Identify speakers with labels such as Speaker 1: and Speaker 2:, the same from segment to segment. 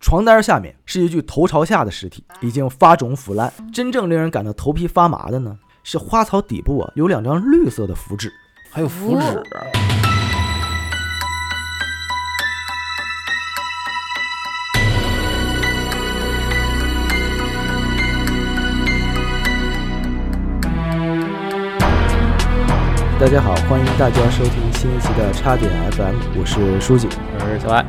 Speaker 1: 床单下面是一具头朝下的尸体，已经发肿腐烂。真正令人感到头皮发麻的呢，是花草底部啊有两张绿色的符纸。
Speaker 2: 还有符纸，
Speaker 1: 大家好，欢迎大家收听新一期的叉点 FM，我是书记。
Speaker 2: 我是小爱，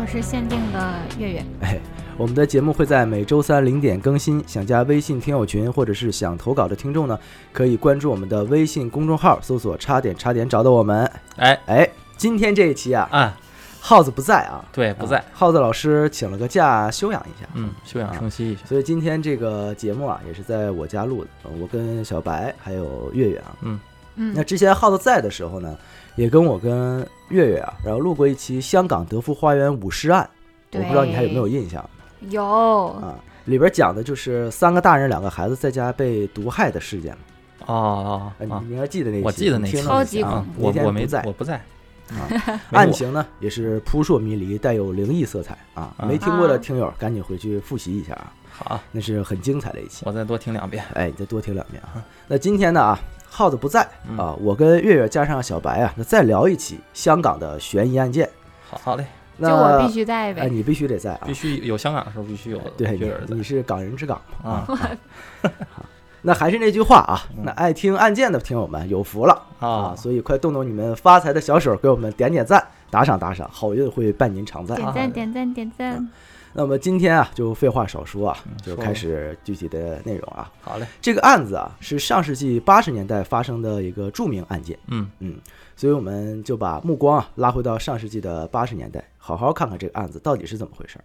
Speaker 3: 我是限定的月月，
Speaker 1: 哎，我们的节目会在每周三零点更新。想加微信听友群或者是想投稿的听众呢，可以关注我们的微信公众号，搜索“叉点叉点”找到我们。
Speaker 2: 哎
Speaker 1: 哎，今天这一期啊，
Speaker 2: 啊，
Speaker 1: 耗子不在啊，
Speaker 2: 对，不在
Speaker 1: 啊，耗子老师请了个假休养一下，
Speaker 2: 嗯，休养生息一下，
Speaker 1: 所以今天这个节目啊也是在我家录的，呃我跟小白还有月月啊。那
Speaker 3: 嗯，
Speaker 1: 之前耗子在的时候呢，也跟我跟月月啊，然后录过一期香港德福花园舞尸案，我
Speaker 3: 对，
Speaker 1: 不知道你还有没有印象。
Speaker 3: 有？
Speaker 1: 啊，里边讲的就是三个大人两个孩子在家被毒害的事件嘛。
Speaker 2: 哦
Speaker 1: 呃
Speaker 2: 哦哦，
Speaker 1: 你你还记得那一期？
Speaker 2: 我记得那
Speaker 1: 你听
Speaker 2: 期
Speaker 1: 到那
Speaker 3: 超级
Speaker 1: 啊
Speaker 2: 啊
Speaker 3: 恐，
Speaker 1: 那
Speaker 2: 我
Speaker 1: 天
Speaker 2: 我
Speaker 1: 不
Speaker 2: 没
Speaker 1: 在
Speaker 2: 我不在，
Speaker 1: 啊，
Speaker 2: 没
Speaker 1: 案
Speaker 2: 我
Speaker 1: 情呢也是扑朔迷离，带有灵异色彩啊。
Speaker 2: 啊
Speaker 1: 没听过的
Speaker 3: 啊
Speaker 1: 听友赶紧回去复习一下啊，
Speaker 2: 好，
Speaker 1: 那是很精彩的一期。
Speaker 2: 我再多听两遍，
Speaker 1: 哎，你再多听两遍啊。那今天呢啊，耗子不在
Speaker 2: 嗯
Speaker 1: 啊，我跟月月加上小白啊，那再聊一起香港的悬疑案件。
Speaker 2: 好好嘞，
Speaker 1: 那
Speaker 3: 就我必须在
Speaker 1: 哎，
Speaker 3: 呗，
Speaker 1: 你必须得在啊
Speaker 2: 必。须有香港的时候必须有
Speaker 1: 对，
Speaker 2: 月儿
Speaker 1: 你
Speaker 2: 在
Speaker 1: 你是港人之港嘛
Speaker 2: 啊
Speaker 1: 那还是那句话啊，
Speaker 2: 嗯
Speaker 1: 那爱听案件的听友们有福了啊！
Speaker 2: 啊，
Speaker 1: 所以快动动你们发财的小手，给我们点点赞、打赏打赏，好运会伴您常在。
Speaker 3: 点赞点赞点
Speaker 1: 嗯
Speaker 3: 赞，
Speaker 1: 那么今天啊，就废话少说啊，就
Speaker 2: 嗯说
Speaker 1: 开始具体的内容啊。
Speaker 2: 好嘞，
Speaker 1: 这个案子啊，是上世纪八十年代发生的一个著名案件，
Speaker 2: 嗯，
Speaker 1: 所以我们就把目光啊拉回到上世纪的八十年代，好好看看这个案子到底是怎么回事儿。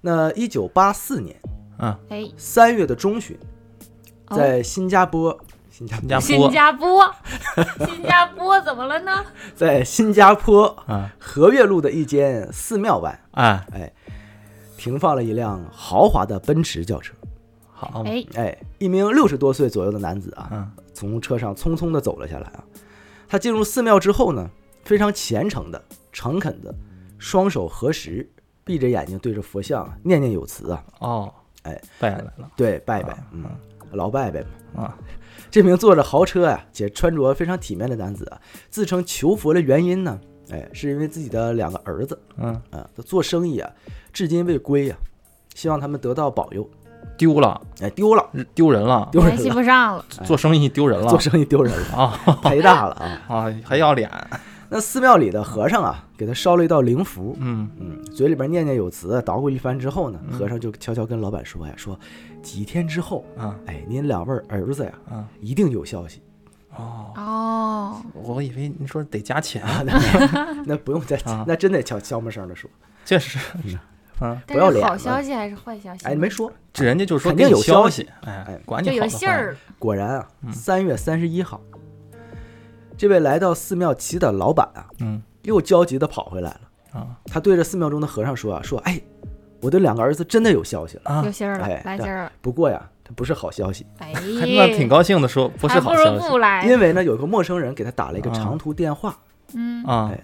Speaker 1: 那一九八四年
Speaker 2: 嗯，
Speaker 3: 哎，
Speaker 1: 三月的中旬，
Speaker 3: 哦
Speaker 1: 在新加坡，新加
Speaker 2: 新
Speaker 1: 坡
Speaker 2: 加
Speaker 3: 新
Speaker 2: 坡，
Speaker 3: 加坡，新加坡怎么了呢？
Speaker 1: 在新加坡
Speaker 2: 啊，
Speaker 1: 和悦路的一间寺庙外，
Speaker 2: 哎，
Speaker 1: 停放了一辆豪华的奔驰轿车。
Speaker 2: 好，
Speaker 3: 哎，
Speaker 1: 哎，一名六十多岁左右的男子啊，
Speaker 2: 嗯，
Speaker 1: 从车上匆匆地走了下来啊。他进入寺庙之后呢，非常虔诚的、诚恳的，双手合十，闭着眼睛对着佛像啊念念有词啊，
Speaker 2: 哦，
Speaker 1: 哎，
Speaker 2: 带来了
Speaker 1: 对，拜拜
Speaker 2: 啊，
Speaker 1: 嗯，老拜拜嘛。
Speaker 2: 啊，
Speaker 1: 这名坐着豪车呀、且穿着非常体面的男子啊，自称求佛的原因呢，哎，是因为自己的两个儿子
Speaker 2: 嗯，
Speaker 1: 啊，他做生意啊，至今未归呀、希望他们得到保佑。
Speaker 2: 丢了，
Speaker 1: 哎，丢了，
Speaker 2: 丢人了，
Speaker 1: 丢人
Speaker 3: 联系
Speaker 1: 了，
Speaker 3: 不上了，
Speaker 2: 做生意丢人了
Speaker 1: 做生意丢人了，
Speaker 2: 啊
Speaker 1: 赔大了 啊！
Speaker 2: 啊，还要脸，
Speaker 1: 那寺庙里的和尚啊，给他烧了一道灵符，
Speaker 2: 嗯，
Speaker 1: 嗯，嘴里边念念有词，捣鼓一番之后呢，
Speaker 2: 嗯
Speaker 1: 和尚就悄悄跟老板说呀，说几天之后，
Speaker 2: 啊
Speaker 1: 哎，您两位儿子呀，
Speaker 2: 啊，
Speaker 1: 一定有消息。
Speaker 2: 哦，
Speaker 3: 哦，
Speaker 2: 我以为你说得加钱，
Speaker 1: 那不用再
Speaker 2: 啊，
Speaker 1: 那真得悄悄没声的说，
Speaker 2: 确实
Speaker 1: 嗯，
Speaker 2: 嗯。
Speaker 1: 不要
Speaker 3: 但是
Speaker 1: 脸
Speaker 3: 好
Speaker 1: 了
Speaker 3: 消息还是坏消息？
Speaker 1: 哎，没，说。
Speaker 2: 这人家就是说
Speaker 1: 肯定
Speaker 2: 给你
Speaker 1: 有消
Speaker 2: 消
Speaker 1: 息
Speaker 2: 息，哎
Speaker 1: 哎，
Speaker 2: 管你
Speaker 3: 就
Speaker 2: 好
Speaker 3: 有
Speaker 2: 的
Speaker 3: 信
Speaker 2: 坏的
Speaker 3: 儿了，
Speaker 1: 果然啊，
Speaker 2: 嗯
Speaker 1: 三月三十一号，这位来到寺庙骑的老板啊，
Speaker 2: 嗯
Speaker 1: 又焦急的跑回来了。
Speaker 2: 啊
Speaker 1: 他对着寺庙中的和尚说啊，说哎，我的两个儿子真的有消息了。
Speaker 2: 啊
Speaker 3: 有，信儿了
Speaker 1: 哎，
Speaker 3: 来信儿了，
Speaker 1: 不过呀，他不是好消息，
Speaker 3: 哎，
Speaker 2: 还 那挺高兴的说不是
Speaker 3: 还
Speaker 2: 好
Speaker 3: 不如
Speaker 2: 消息
Speaker 3: 不来，
Speaker 1: 因为呢，有个陌生人给他打了一个长途电话。
Speaker 3: 嗯，
Speaker 2: 啊
Speaker 1: 哎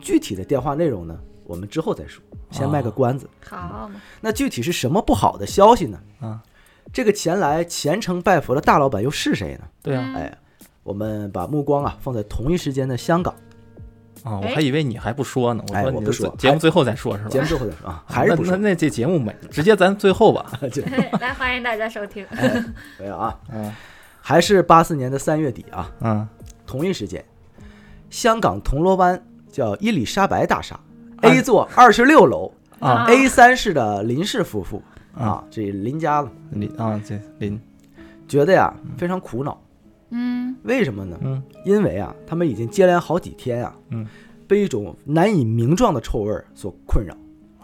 Speaker 1: 具体的电话内容呢，我们之后再说，先卖个关子。
Speaker 2: 哦
Speaker 3: 好嘛，
Speaker 1: 那具体是什么不好的消息呢？
Speaker 2: 啊，
Speaker 1: 这个前来虔诚拜佛的大老板又是谁呢？
Speaker 2: 对
Speaker 3: 嗯
Speaker 2: 啊
Speaker 1: 哎，我们把目光啊放在同一时间的香港，
Speaker 2: 啊，我
Speaker 3: 哎
Speaker 2: 还以为你还不说呢，
Speaker 1: 哎
Speaker 2: 说
Speaker 1: 我不
Speaker 2: 你这
Speaker 1: 说
Speaker 2: 节目最后再说是吧？
Speaker 1: 节目最后再说啊，还是不
Speaker 2: 那
Speaker 1: 说
Speaker 2: 那那这节目没，直接咱最后吧。
Speaker 1: 就
Speaker 3: 来欢迎大家收听，
Speaker 1: 哎没有啊，
Speaker 2: 嗯
Speaker 1: 还是八四年的三月底啊，
Speaker 2: 嗯，
Speaker 1: 同一时间，香港铜锣湾叫伊丽莎白大厦
Speaker 2: 啊
Speaker 1: A 座二十六楼
Speaker 2: 啊
Speaker 3: 啊
Speaker 1: A 三室的林氏夫妇
Speaker 2: 啊
Speaker 1: 啊，这林家了，
Speaker 2: 林啊这林
Speaker 1: 觉得呀非常苦恼，
Speaker 3: 嗯，
Speaker 1: 为什么呢？
Speaker 2: 嗯
Speaker 1: 因为啊，他们已经接连好几天啊，
Speaker 2: 嗯，
Speaker 1: 被一种难以名状的臭味儿所困扰，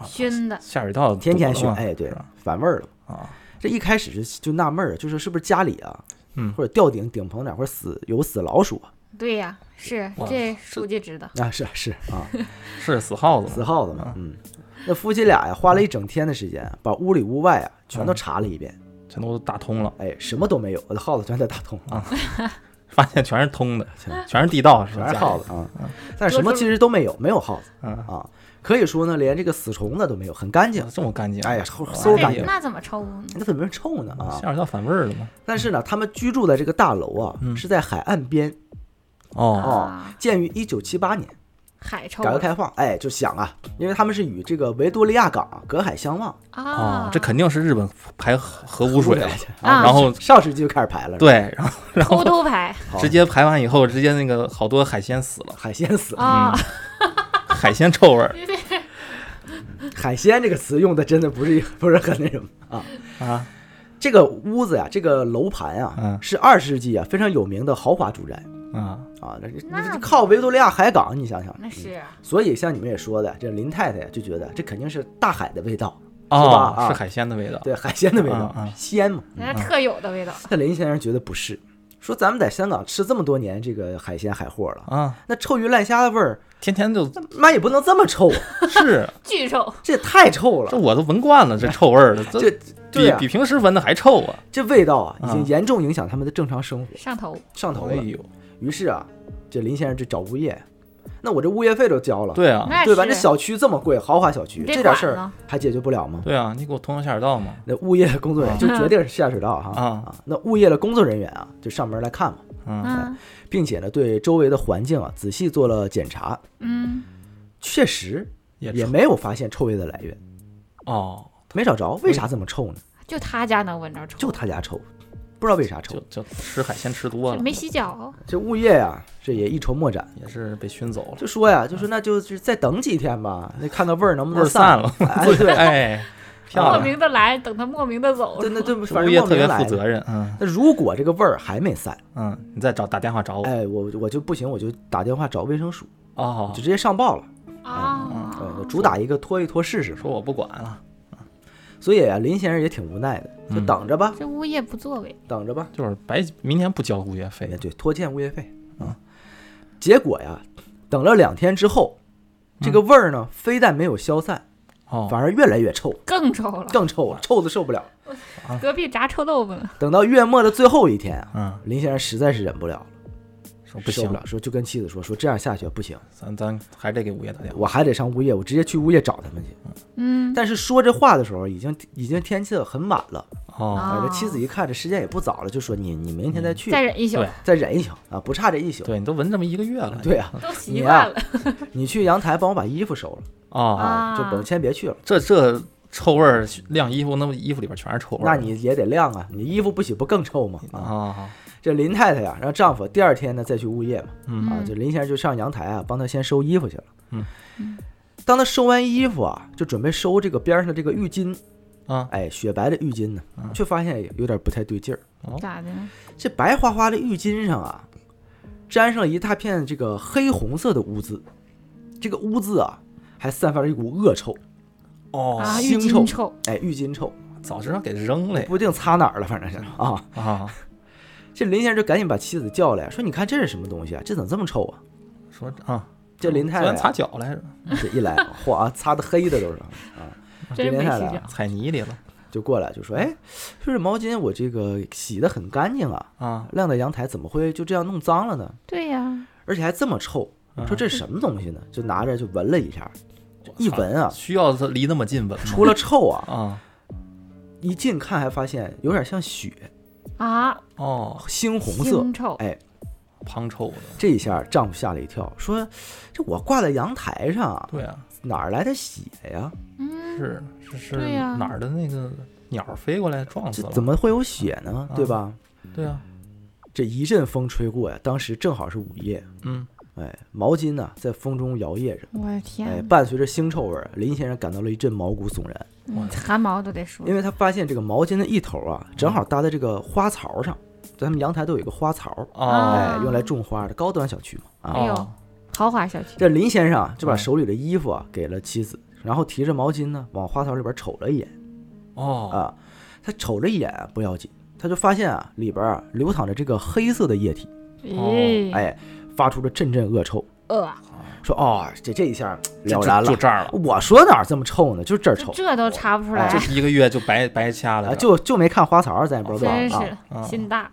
Speaker 3: 熏的，
Speaker 2: 下水道堵
Speaker 1: 天天
Speaker 2: 了
Speaker 1: 熏，
Speaker 2: 嘛
Speaker 1: 哎，对
Speaker 2: 嗯是吧，
Speaker 1: 反味儿了。
Speaker 2: 啊
Speaker 1: 这一开始就就纳闷儿，就是是不是家里啊，
Speaker 2: 嗯
Speaker 1: 或者吊顶顶棚哪儿，或者死有死老鼠啊？
Speaker 3: 对呀，是
Speaker 2: 哇
Speaker 3: 这书记知道，
Speaker 1: 啊，是啊是啊，
Speaker 2: 是死耗子
Speaker 1: 死
Speaker 2: 吗
Speaker 1: 耗子嘛，嗯。那夫妻俩呀、花了一整天的时间，把屋里屋外啊
Speaker 2: 嗯
Speaker 1: 全都查了一遍，
Speaker 2: 全都打通了，
Speaker 1: 哎，什么都没有，我的耗子全都打通了。
Speaker 2: 发现全是通的
Speaker 1: 行，
Speaker 2: 全是地道，啊是嗯
Speaker 1: 全
Speaker 2: 吧？
Speaker 1: 是耗子啊，但是
Speaker 3: 多
Speaker 1: 什么
Speaker 3: 出
Speaker 1: 其实都没有，没有耗子
Speaker 2: 嗯，
Speaker 1: 啊，可以说呢，连这个死虫子都没有，很干净。
Speaker 2: 这么干净，
Speaker 1: 哎呀，齁
Speaker 2: 都
Speaker 1: 馊干
Speaker 2: 是感
Speaker 1: 净
Speaker 2: 觉
Speaker 3: 那，那怎么抽呢？
Speaker 1: 那怎么没人臭呢啊？
Speaker 2: 下水道反味儿了吗？
Speaker 1: 但是呢，他们居住的这个大楼啊，
Speaker 2: 嗯
Speaker 1: 是在海岸边，
Speaker 2: 哦，
Speaker 1: 哦
Speaker 3: 啊，
Speaker 1: 建于一九七八年，
Speaker 3: 海抽
Speaker 1: 改革开放，哎，就想啊，因为他们是与这个维多利亚港啊隔海相望，
Speaker 3: 啊
Speaker 2: 哦，，这肯定是日本排核核污水，
Speaker 1: 啊，
Speaker 2: 然后
Speaker 1: 上世纪就开始排了，
Speaker 2: 对，然后
Speaker 3: 偷 偷排
Speaker 1: 好
Speaker 2: 直接排完以后，直接那个好多海鲜死了，
Speaker 1: 海鲜死了，
Speaker 3: 啊，
Speaker 2: 嗯海鲜臭味儿
Speaker 1: 海鲜这个词用的真的不是不是很那什么啊。
Speaker 2: 啊，
Speaker 1: 这个屋子呀、这个楼盘啊，
Speaker 2: 嗯
Speaker 1: 是二世纪啊非常有名的豪华住宅
Speaker 2: 啊，
Speaker 1: 啊，那是
Speaker 3: 那
Speaker 1: 那是靠维多利亚海港，你想想，
Speaker 3: 那是
Speaker 1: 所以像你们也说的，这林太太呀就觉得这肯定是大海的味道，吧
Speaker 2: 哦
Speaker 1: 啊，
Speaker 2: 是海鲜的味道，
Speaker 1: 对海鲜的味道，
Speaker 2: 嗯嗯
Speaker 1: 鲜嘛。
Speaker 3: 人家特有的味道，
Speaker 1: 但林先生觉得不是，说咱们在香港吃这么多年这个海鲜海货了，
Speaker 2: 啊，
Speaker 1: 那臭鱼烂虾的味儿，
Speaker 2: 天 天就
Speaker 1: 妈也不能这么臭啊，
Speaker 2: 是，
Speaker 3: 巨臭，
Speaker 1: 这也太臭
Speaker 2: 这
Speaker 1: 了，
Speaker 2: 我都闻惯了这臭味儿了， 这
Speaker 1: 这对
Speaker 2: 比
Speaker 1: 啊
Speaker 2: 比平时闻的还臭啊，
Speaker 1: 这味道啊已经
Speaker 2: 啊
Speaker 1: 严重影响他们的正常生活，
Speaker 3: 上头
Speaker 1: 上头
Speaker 2: 哎
Speaker 1: 了。
Speaker 2: 呦，
Speaker 1: 于是啊，这林先生就找物业，那我这物业费都交了，
Speaker 2: 对啊，
Speaker 3: 那
Speaker 1: 对吧？这
Speaker 3: 是。
Speaker 1: 小区这么贵，豪华小区，
Speaker 3: 你这
Speaker 1: 这点事儿
Speaker 3: 管呢
Speaker 1: 还解决不了吗？
Speaker 2: 对啊，你给我通个下水道嘛，
Speaker 1: 那物业工作人员就 决定是下水道哈
Speaker 2: 啊
Speaker 1: 那物业的工作人员啊就上门来看嘛，
Speaker 2: 嗯
Speaker 3: 嗯
Speaker 1: 并且呢对周围的环境啊仔细做了检查，
Speaker 3: 嗯，
Speaker 1: 确实
Speaker 2: 也
Speaker 1: 也
Speaker 2: 臭
Speaker 1: 没有发现臭味的来源，
Speaker 2: 哦，
Speaker 1: 没找着，为啥这么臭呢？
Speaker 3: 就他家能闻着臭，
Speaker 1: 就他家臭，不知道为啥臭
Speaker 2: 就。就吃海鲜吃多
Speaker 3: 就
Speaker 2: 了，
Speaker 3: 没洗脚，
Speaker 1: 这物业呀、这也一筹莫展，
Speaker 2: 也是被熏走了，
Speaker 1: 就说呀，就说那就是再等几天吧，那看看味儿能不
Speaker 2: 味
Speaker 1: 能
Speaker 2: 儿散了，
Speaker 1: 哎， 对，
Speaker 2: 哎，漂
Speaker 3: 莫
Speaker 2: 亮，
Speaker 3: 名的来，等他莫名的走，
Speaker 1: 对，那对，反
Speaker 2: 物
Speaker 1: 正
Speaker 2: 业
Speaker 1: 莫
Speaker 2: 特
Speaker 1: 名
Speaker 2: 别
Speaker 1: 来
Speaker 2: 负
Speaker 1: 的。
Speaker 2: 责任，嗯
Speaker 1: 那如果这个味儿还没散，
Speaker 2: 嗯，你再找打电话找我，
Speaker 1: 哎，我我就不行，我就打电话找卫生署，
Speaker 2: 哦
Speaker 1: 就，直接上报了。
Speaker 3: 啊
Speaker 1: 对，主打一个拖一拖试试嘛。
Speaker 2: 说我不管了，
Speaker 1: 所以啊，林先生也挺无奈的，就
Speaker 2: 嗯
Speaker 1: 等着吧，
Speaker 3: 这物业不作为，
Speaker 1: 等着吧，
Speaker 2: 就是白明年不交物业费
Speaker 1: 哎，对，拖欠物业费啊
Speaker 2: 嗯
Speaker 1: 结果呀，等了两天之后，这个味儿呢，非但没有消散，
Speaker 2: 嗯哦，
Speaker 1: 反而越来越臭，
Speaker 3: 更臭了，
Speaker 1: 更臭了，臭的受不了。
Speaker 3: 隔壁炸臭豆腐 呢，
Speaker 1: 等到月末的最后一天啊，
Speaker 2: 嗯，
Speaker 1: 林先生实在是忍不了了，
Speaker 2: 说不
Speaker 1: 受
Speaker 2: 行
Speaker 1: 不，了，说就跟妻子说，说这样下去不行，
Speaker 2: 咱咱还得给物业打电话，
Speaker 1: 我还得上物业，我直接去物业找他们去。
Speaker 3: 嗯，
Speaker 1: 但是说这话的时候，已经已经天气很晚了。
Speaker 2: 哦，
Speaker 1: 啊，
Speaker 3: 啊
Speaker 1: 这妻子一看这时间也不早了，就说你你明天再去，
Speaker 3: 再忍一宿，
Speaker 2: 对
Speaker 1: 再忍一宿啊，不差这一宿。
Speaker 2: 对你都闻这么一个月了，
Speaker 1: 对啊，
Speaker 3: 都习惯了
Speaker 1: 你去阳台帮我把衣服收了啊
Speaker 2: 哦，
Speaker 1: 就甭先别去了，
Speaker 2: 这这臭味儿晾衣服，那么衣服里边全是臭味
Speaker 1: 那
Speaker 2: 儿，
Speaker 1: 你也得晾啊，你衣服不洗不更臭吗？啊，
Speaker 2: 哦，
Speaker 1: 这林太太呀，让丈夫第二天呢再去物业嘛，
Speaker 2: 嗯
Speaker 1: 啊，
Speaker 3: 嗯
Speaker 1: 就林先生就上阳台啊帮她先收衣服去了。
Speaker 2: 嗯
Speaker 3: 嗯
Speaker 1: 当他收完衣服啊，就准备收这个边上的这个浴巾，
Speaker 2: 啊，
Speaker 1: 哎，雪白的浴巾呢，
Speaker 2: 嗯
Speaker 1: 却发现有点不太对劲儿。
Speaker 3: 咋的呢？
Speaker 1: 这白花花的浴巾上啊，沾上了一大片这个黑红色的污渍，这个污渍啊，还散发着一股恶臭。
Speaker 2: 哦，
Speaker 3: 啊，
Speaker 1: 腥
Speaker 3: 浴
Speaker 1: 臭
Speaker 3: 巾臭，
Speaker 1: 哎，浴巾臭，
Speaker 2: 早知道给扔了呀
Speaker 1: 不定擦哪儿了，反正是啊。
Speaker 2: 啊，
Speaker 1: 这林先生就赶紧把妻子叫来，说：“你看这是什么东西啊？这怎么这么臭啊
Speaker 2: 说啊，？”
Speaker 1: 这林太太
Speaker 2: 昨天擦
Speaker 1: 啊
Speaker 2: 脚来着，
Speaker 1: 这一来，嚯，啊擦的黑的都是啊，
Speaker 3: 真
Speaker 1: 这
Speaker 3: 没洗
Speaker 1: 边看
Speaker 3: 脚，
Speaker 2: 踩泥里了
Speaker 1: 就过来就说：“哎，说这毛巾我这个洗的很干净啊，
Speaker 2: 啊，
Speaker 1: 晾在阳台怎么会就这样弄脏了呢？
Speaker 3: 对呀，
Speaker 1: 而且还这么臭。”
Speaker 2: 嗯
Speaker 1: 说这是什么东西呢？就拿着就闻了一下，一闻啊，
Speaker 2: 需要它离那么近闻吗？
Speaker 1: 除了臭啊，
Speaker 2: 啊，
Speaker 1: 一近看还发现有点像血，
Speaker 3: 啊，
Speaker 2: 哦，
Speaker 1: 猩红色。
Speaker 3: 腥臭，
Speaker 1: 哎，
Speaker 2: 胖臭的，
Speaker 1: 这一下丈夫吓了一跳，说：“这我挂在阳台上啊，
Speaker 2: 对啊，
Speaker 1: 哪儿来的血呀？
Speaker 3: 嗯，
Speaker 2: 是是是
Speaker 3: 对呀
Speaker 2: 哪儿的那个鸟儿飞过来撞
Speaker 1: 这
Speaker 2: 死了？
Speaker 1: 怎么会有血呢？
Speaker 2: 啊
Speaker 1: 对吧？”
Speaker 2: 对啊，
Speaker 1: 这一阵风吹过呀，当时正好是午夜，
Speaker 2: 嗯，
Speaker 1: 哎，毛巾呢、在风中摇曳着，
Speaker 3: 我的
Speaker 1: 哎，
Speaker 3: 天，
Speaker 1: 伴随着腥臭味儿，林先生感到了一阵毛骨悚然，
Speaker 3: 嗯汗毛都得竖
Speaker 1: 因，为他发现这个毛巾的一头啊，正好搭在这个花槽上，咱们阳台都有一个花槽，
Speaker 2: 哦
Speaker 1: 哎，用来种花的高端小区嘛，啊，
Speaker 3: 啊哎呦
Speaker 2: 哦
Speaker 3: 豪华小区，
Speaker 1: 这林先生啊，就把
Speaker 2: 嗯
Speaker 1: 手里的衣服啊给了妻子，然后提着毛巾呢往花槽里边瞅了一眼
Speaker 2: 哦，
Speaker 1: 啊。他瞅了一眼啊不要紧，他就发现啊里边啊流淌着这个黑色的液体，
Speaker 3: 咦，
Speaker 1: 哎，发出了阵阵恶臭。
Speaker 3: 呃，
Speaker 1: 说哦，这这一下
Speaker 2: 这
Speaker 1: 了
Speaker 2: 这
Speaker 1: 然了
Speaker 2: 就。这儿了。
Speaker 1: 我说哪儿这么臭呢？就是这儿
Speaker 3: 这
Speaker 1: 臭
Speaker 3: 这都查不出来，
Speaker 2: 这一个月就白白掐了
Speaker 1: 啊，
Speaker 2: 这，
Speaker 1: 哦就就没看花槽，咱也不知道
Speaker 3: 真
Speaker 1: 啊。
Speaker 3: 是心大，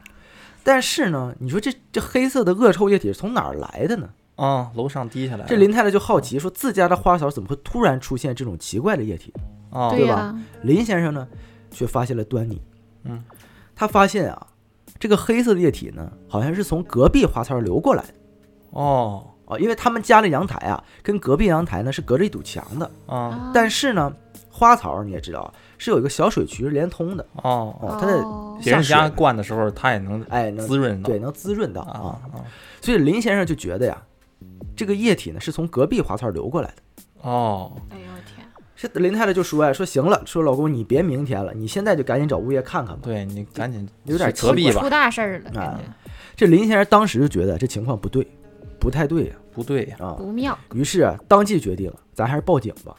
Speaker 1: 但是呢，你说这这黑色的恶臭液体是从哪儿来的呢？
Speaker 2: 啊，楼上滴下来了，
Speaker 1: 这林太太就好奇说，自家的花草怎么会突然出现这种奇怪的液体？
Speaker 2: 啊，
Speaker 1: 对
Speaker 3: 呀、
Speaker 1: 吧林先生呢，却发现了端倪。
Speaker 2: 嗯，
Speaker 1: 他发现啊，这个黑色的液体呢，好像是从隔壁花槽流过来的
Speaker 2: 哦，
Speaker 1: 啊，因为他们家的阳台啊，跟隔壁阳台呢是隔着一堵墙的。
Speaker 2: 啊，
Speaker 1: 但
Speaker 3: 是
Speaker 1: 是呢，花槽你也知道啊是有一个小水渠连通的
Speaker 2: 哦，
Speaker 1: 哦，它在
Speaker 2: 别人
Speaker 1: 下水
Speaker 2: 家
Speaker 1: 了
Speaker 2: 灌的时候，它也能
Speaker 1: 哎能
Speaker 2: 滋润到，
Speaker 1: 对能滋润到啊，
Speaker 2: 啊，啊
Speaker 1: 所以林先生就觉得呀，这个液体呢是从隔壁花槽流过来的。
Speaker 2: 哦，
Speaker 3: 哎呦我天，
Speaker 1: 是林太太就说呀，说行了，说老公你别明天了，你现在就赶紧找物业看看吧。
Speaker 2: 对你赶紧
Speaker 1: 有点
Speaker 2: 去隔壁吧
Speaker 3: 出，大事儿了，感
Speaker 1: 啊
Speaker 3: 觉、
Speaker 1: 这林先生当时就觉得这情况不对，不太对呀
Speaker 2: 不对呀，
Speaker 1: 啊，
Speaker 3: 不妙
Speaker 1: 于是啊当即决定，咱还是报警吧，